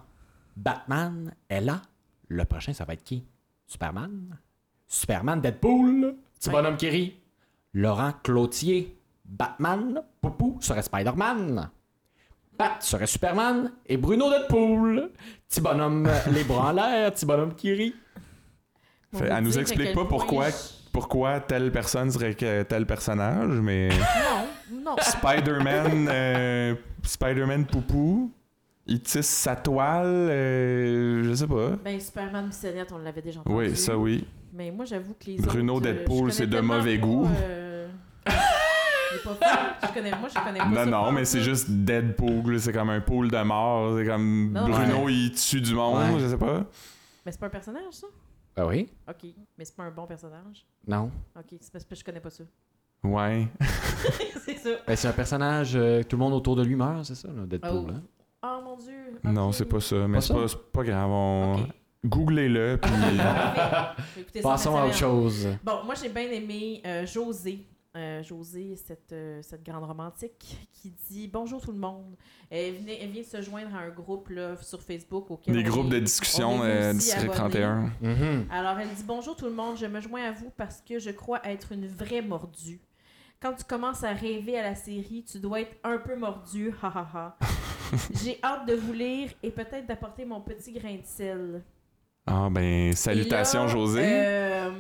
Batman est là. Le prochain, ça va être qui? Superman? Superman Deadpool? Petit
Ouais.
bonhomme qui rit. Laurent Cloutier. Batman? Poupou serait Spider-Man. Pat serait Superman. Et Bruno Deadpool. Petit bonhomme les bras en l'air. Petit bonhomme qui rit.
On
Fait-
peut
elle nous
dire à
explique
quel
pas pourquoi,
point-
pourquoi telle personne serait que tel personnage, mais
Non, non.
Spider-Man, euh, Spider-Man Poupou, il tisse sa toile, euh, je sais pas.
Ben, Superman Bissonnette, on l'avait déjà entendu.
Oui, ça oui.
Mais moi, j'avoue que les
Bruno
autres, euh,
Deadpool,
je connais
c'est de
tellement
mauvais
pas,
goût.
euh, j'ai pas fait. Je connais, moi, je connais pas
Non,
Ah, ça
non,
par
mais c'est
cœur.
juste Deadpool, c'est comme un pool de mort, c'est comme
Non,
Bruno,
ouais.
il tue du monde,
Ouais.
je sais pas.
Mais c'est pas un personnage, ça?
Ah oui?
OK. Mais c'est pas un bon personnage.
Non.
OK, c'est parce que je connais pas ça.
Ouais.
c'est ça.
Ben, c'est un personnage, euh, tout le monde autour de lui meurt, c'est ça, là, Deadpool?
Oh.
hein?
Oh, mon Dieu.
Non,
ok.
c'est pas ça, mais
Pas
c'est
ça?
pas, c'est pas grave. On...
OK.
Googlez-le, puis
Parfait. Je vais écouter ça
Passons
cette
à autre
semaine.
chose.
Bon, moi, j'ai bien aimé euh, José. Euh, José, cette, euh, cette grande romantique qui dit Bonjour tout le monde. Elle, venait- elle vient de se joindre à un groupe là, sur Facebook auquel.
des
on
groupes de
est-
discussion
on est
euh,
aussi
District
abonnés.
31.
Mhm.
Alors, elle dit Bonjour tout le monde, je me joins à vous parce que je crois être une vraie mordue. Quand tu commences à rêver à la série, tu dois être un peu mordu, ha ha ha. J'ai hâte de vous lire et peut-être d'apporter mon petit grain de sel.
Ah ben, salutations
Et là,
José.
euh,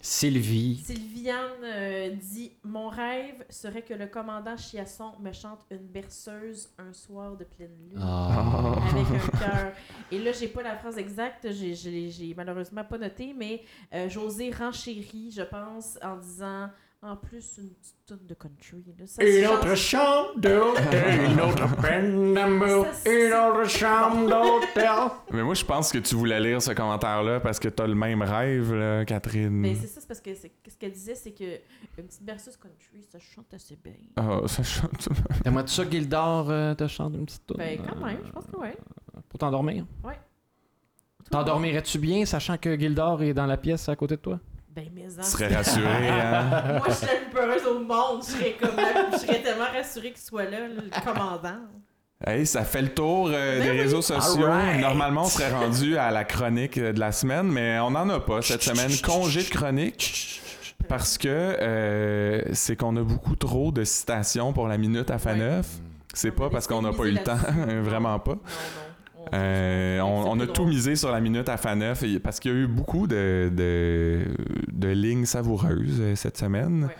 Sylvie.
Sylviane euh, dit Mon rêve serait que le commandant Chiasson me chante une berceuse un soir de pleine lune.
Ah.
Avec un cœur. Et là, j'ai pas la phrase exacte, j'ai- je l'ai j'ai malheureusement pas noté, mais euh, José renchérit, je pense, en disant en plus une petite toune de country. là. Ça se
Une
chante-
autre chambre d'hôtel, une autre peine d'amour,
Ça,
une
c'est-
autre chambre d'hôtel.
Mais moi, je pense que tu voulais lire ce commentaire-là parce que t'as le même rêve, là, Catherine.
Mais Ben, c'est ça, c'est parce que c'est- ce qu'elle disait, c'est que une petite berceuse country, ça chante assez bien.
Ah, ça chante.
T'aimerais-tu ça, Gildor, euh, te chante une petite toune?
Ben, quand
euh,
même, je pense que oui.
Pour t'endormir? T'endormirais-tu bien, sachant que Gildor est dans la pièce à côté de toi?
Ben, mais en-
Tu serais rassuré, hein?
Moi, je serais la plus peureuse au monde. Je serais, comme la- je serais tellement rassurée qu'il soit là, le commandant.
Hey, ça fait le tour euh, des réseaux sociaux.
Alright.
Normalement, on serait rendu à la chronique euh, de la semaine, mais on n'en a pas cette semaine. Congé de chronique. Parce que euh, c'est qu'on a beaucoup trop de citations pour la minute à Faneuf. C'est
On
pas
a
parce qu'on n'a pas eu
décidé
le temps,
là-dessus.
vraiment pas.
Non, non. On-
Euh, on, on a
C'est
tout
drôle.
misé sur la minute à Faneuf et- parce qu'il y a eu beaucoup de, de, de lignes savoureuses euh, cette semaine.
Ouais.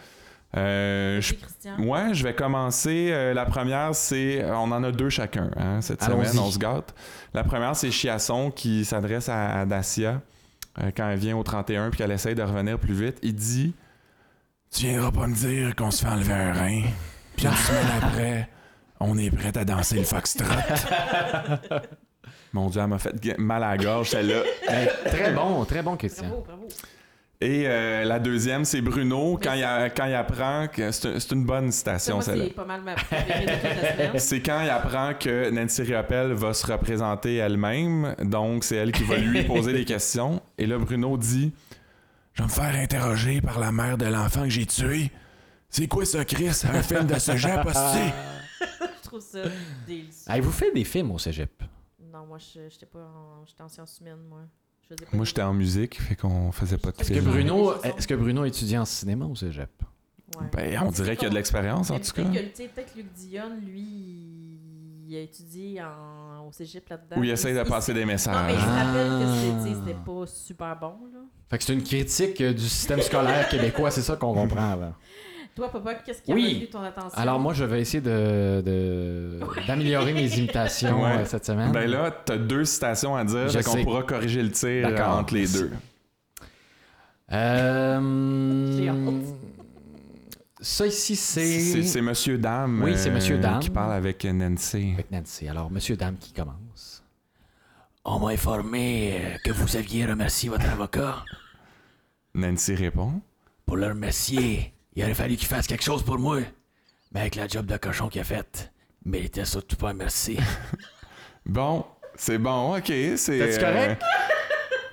Euh, je
Oui, Christian.
Ouais, je vais commencer. Euh, la première, c'est. On en a deux chacun hein, cette
Allons-y.
semaine, on se gâte. La première, c'est Chiasson qui s'adresse à, à Dacia euh, quand elle vient au 31 puis qu'elle essaye de revenir plus vite. Il dit Tu viendras pas me dire qu'on se fait enlever un rein, puis une semaine après, on est prête à danser le foxtrot. Mon Dieu, elle m'a fait mal à la gorge, celle-là.
Très bon, très bon, Christian.
Bravo, bravo.
Et euh, la deuxième, c'est Bruno quand
Mais
il, a- quand il apprend que c'est c'est une bonne citation,
Moi,
celle-là.
c'est pas mal ma préférée de toute la semaine.
C'est quand il apprend que Nancy Riopelle va se représenter elle-même, donc c'est elle qui va lui poser des questions. Et là, Bruno dit Je vais me faire interroger par la mère de l'enfant que j'ai tué. C'est quoi ça, Chris Un film de ce genre posté
Je trouve ça délicieux.
Euh, Hey, vous faites des films au cégep.
Non, moi, je- j'étais pas en... J'étais en sciences humaines, moi. Je faisais pas
Moi,
de-
j'étais en musique, fait qu'on faisait pas de
Est-ce
Est-ce que
film.
Bruno, est-ce que Bruno étudie en cinéma au cégep?
Ouais.
Ben, on dirait qu'il y a de l'expérience, en
Mais
tout cas.
peut-être que, tu sais, Peut-être que Luc Dion, lui, il a étudié en... au cégep là-dedans.
Où il essaye de passer des
Non, mais
messages.
je me rappelle que
Ah.
c'était- tu sais, c'était pas super bon, là.
Fait que c'est une critique euh, du système scolaire québécois, c'est ça qu'on comprend avant.
Toi, papa, qu'est-ce qui a
Oui.
retenu ton attention?
Alors moi, je vais essayer de, de- d'améliorer mes imitations
Ouais.
euh, cette semaine.
Ben là, t'as deux citations à dire,
Je
fait qu'on
sais.
pourra corriger le tir
D'accord.
entre les deux.
Euh,
J'ai honte.
ça ici, c'est...
C'est c'est Monsieur Dame, euh,
Oui, c'est Monsieur Dame.
qui parle avec Nancy.
Avec Nancy. Alors, monsieur, dame qui commence. On m'a informé euh, que vous aviez remercié votre avocat.
Nancy répond.
Pour le remercier, il aurait fallu qu'il fasse quelque chose pour moi. Mais avec la job de cochon qu'il a faite, méritait surtout pas un merci.
Bon, c'est bon, ok. C'est euh,
T'es-tu correct?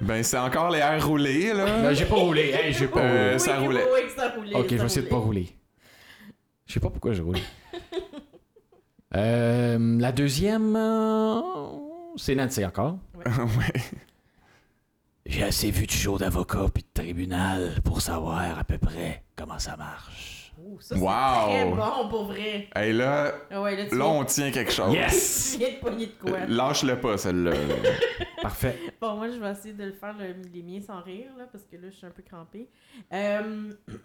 Ben,
ben, c'est encore les airs roulés, là.
Euh, j'ai pas roulé, hey, j'ai pas
Euh,
Oui,
ça
oui,
roulait.
oui, ça roulait,
Ok, je
ça
vais essayer de pas
roulait.
rouler. Je sais pas pourquoi je roule. Euh, la deuxième, euh, c'est Nancy encore.
Ouais.
J'ai assez vu de show d'avocat puis de tribunal pour savoir à peu près comment ça marche.
Oh, ça, c'est
Wow.
très bon, pour vrai.
Hey, là,
Ah ouais, là, tu
là,
viens-
on tient quelque chose.
tu viens de pogner de quoi.
Euh, Lâche-le pas, celle-là.
Parfait.
Bon, moi, je vais essayer de le faire, le, les miens sans rire, là, parce que là, je suis un peu crampée. Euh,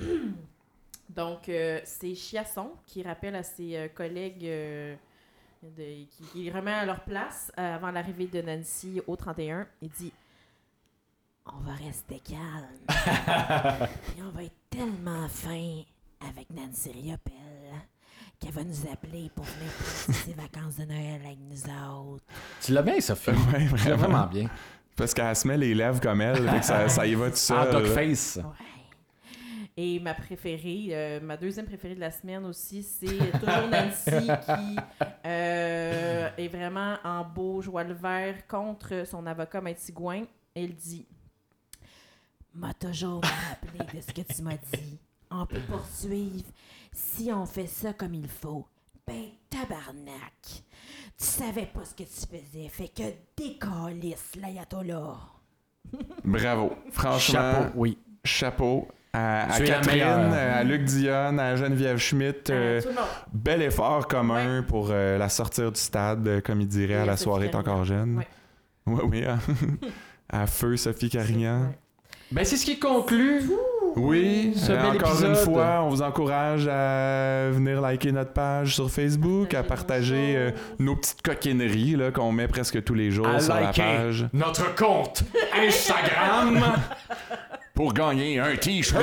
Donc, euh, c'est Chiasson qui rappelle à ses euh, collègues euh, de- qui, qui remet à leur place euh, avant l'arrivée de Nancy au 31. Il dit On va rester calme. Et on va être tellement fin avec Nancy Riopelle qu'elle va nous appeler pour venir passer ses vacances de Noël avec nous autres.
Tu l'as bien, Sophie.
ouais,
Tu l'as
Euh, vraiment.
vraiment bien.
Parce qu'elle se met les lèvres comme elle, fait que ça, ça euh, y va tout
Ah,
seul.
Dogface.
Ouais. Et ma préférée, euh, ma deuxième préférée de la semaine aussi, c'est toujours Nancy qui euh, est vraiment en beau joie le vert contre son avocat Maître Sigouin. Elle dit M'a toujours rappelé de ce que tu m'as dit. On peut poursuivre si on fait ça comme il faut. Ben, tabarnak! Tu savais pas ce que tu faisais, fait que décalisse l'ayatollah!
Bravo. Franchement,
Chapeau, oui.
chapeau. À, à
Tu es la
Catherine,
meilleure.
euh, à Luc Dionne, à Geneviève Schmidt. euh,
Tout le monde.
bel effort commun pour euh, la sortir du stade, euh, comme il dirait,
Et
à
à
la
Sophie
soirée T'es encore jeune.
Ouais.
Ouais, oui. hein. à feu, Sophie Carignan.
Ouais.
Ben, c'est ce qui conclut.
Oui,
Ce
euh,
bel
encore
épisode.
une fois, on vous encourage à venir liker notre page sur Facebook, à partager
Partager nos
euh,
choses.
nos petites coquineries là, qu'on met presque tous les jours
À
sur la
liker.
page.
Notre compte Instagram.
Pour gagner un t-shirt!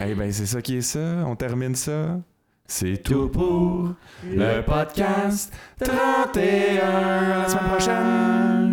Eh ben c'est ça qui est ça, on termine ça. C'est tout pour le podcast 31. À la semaine prochaine!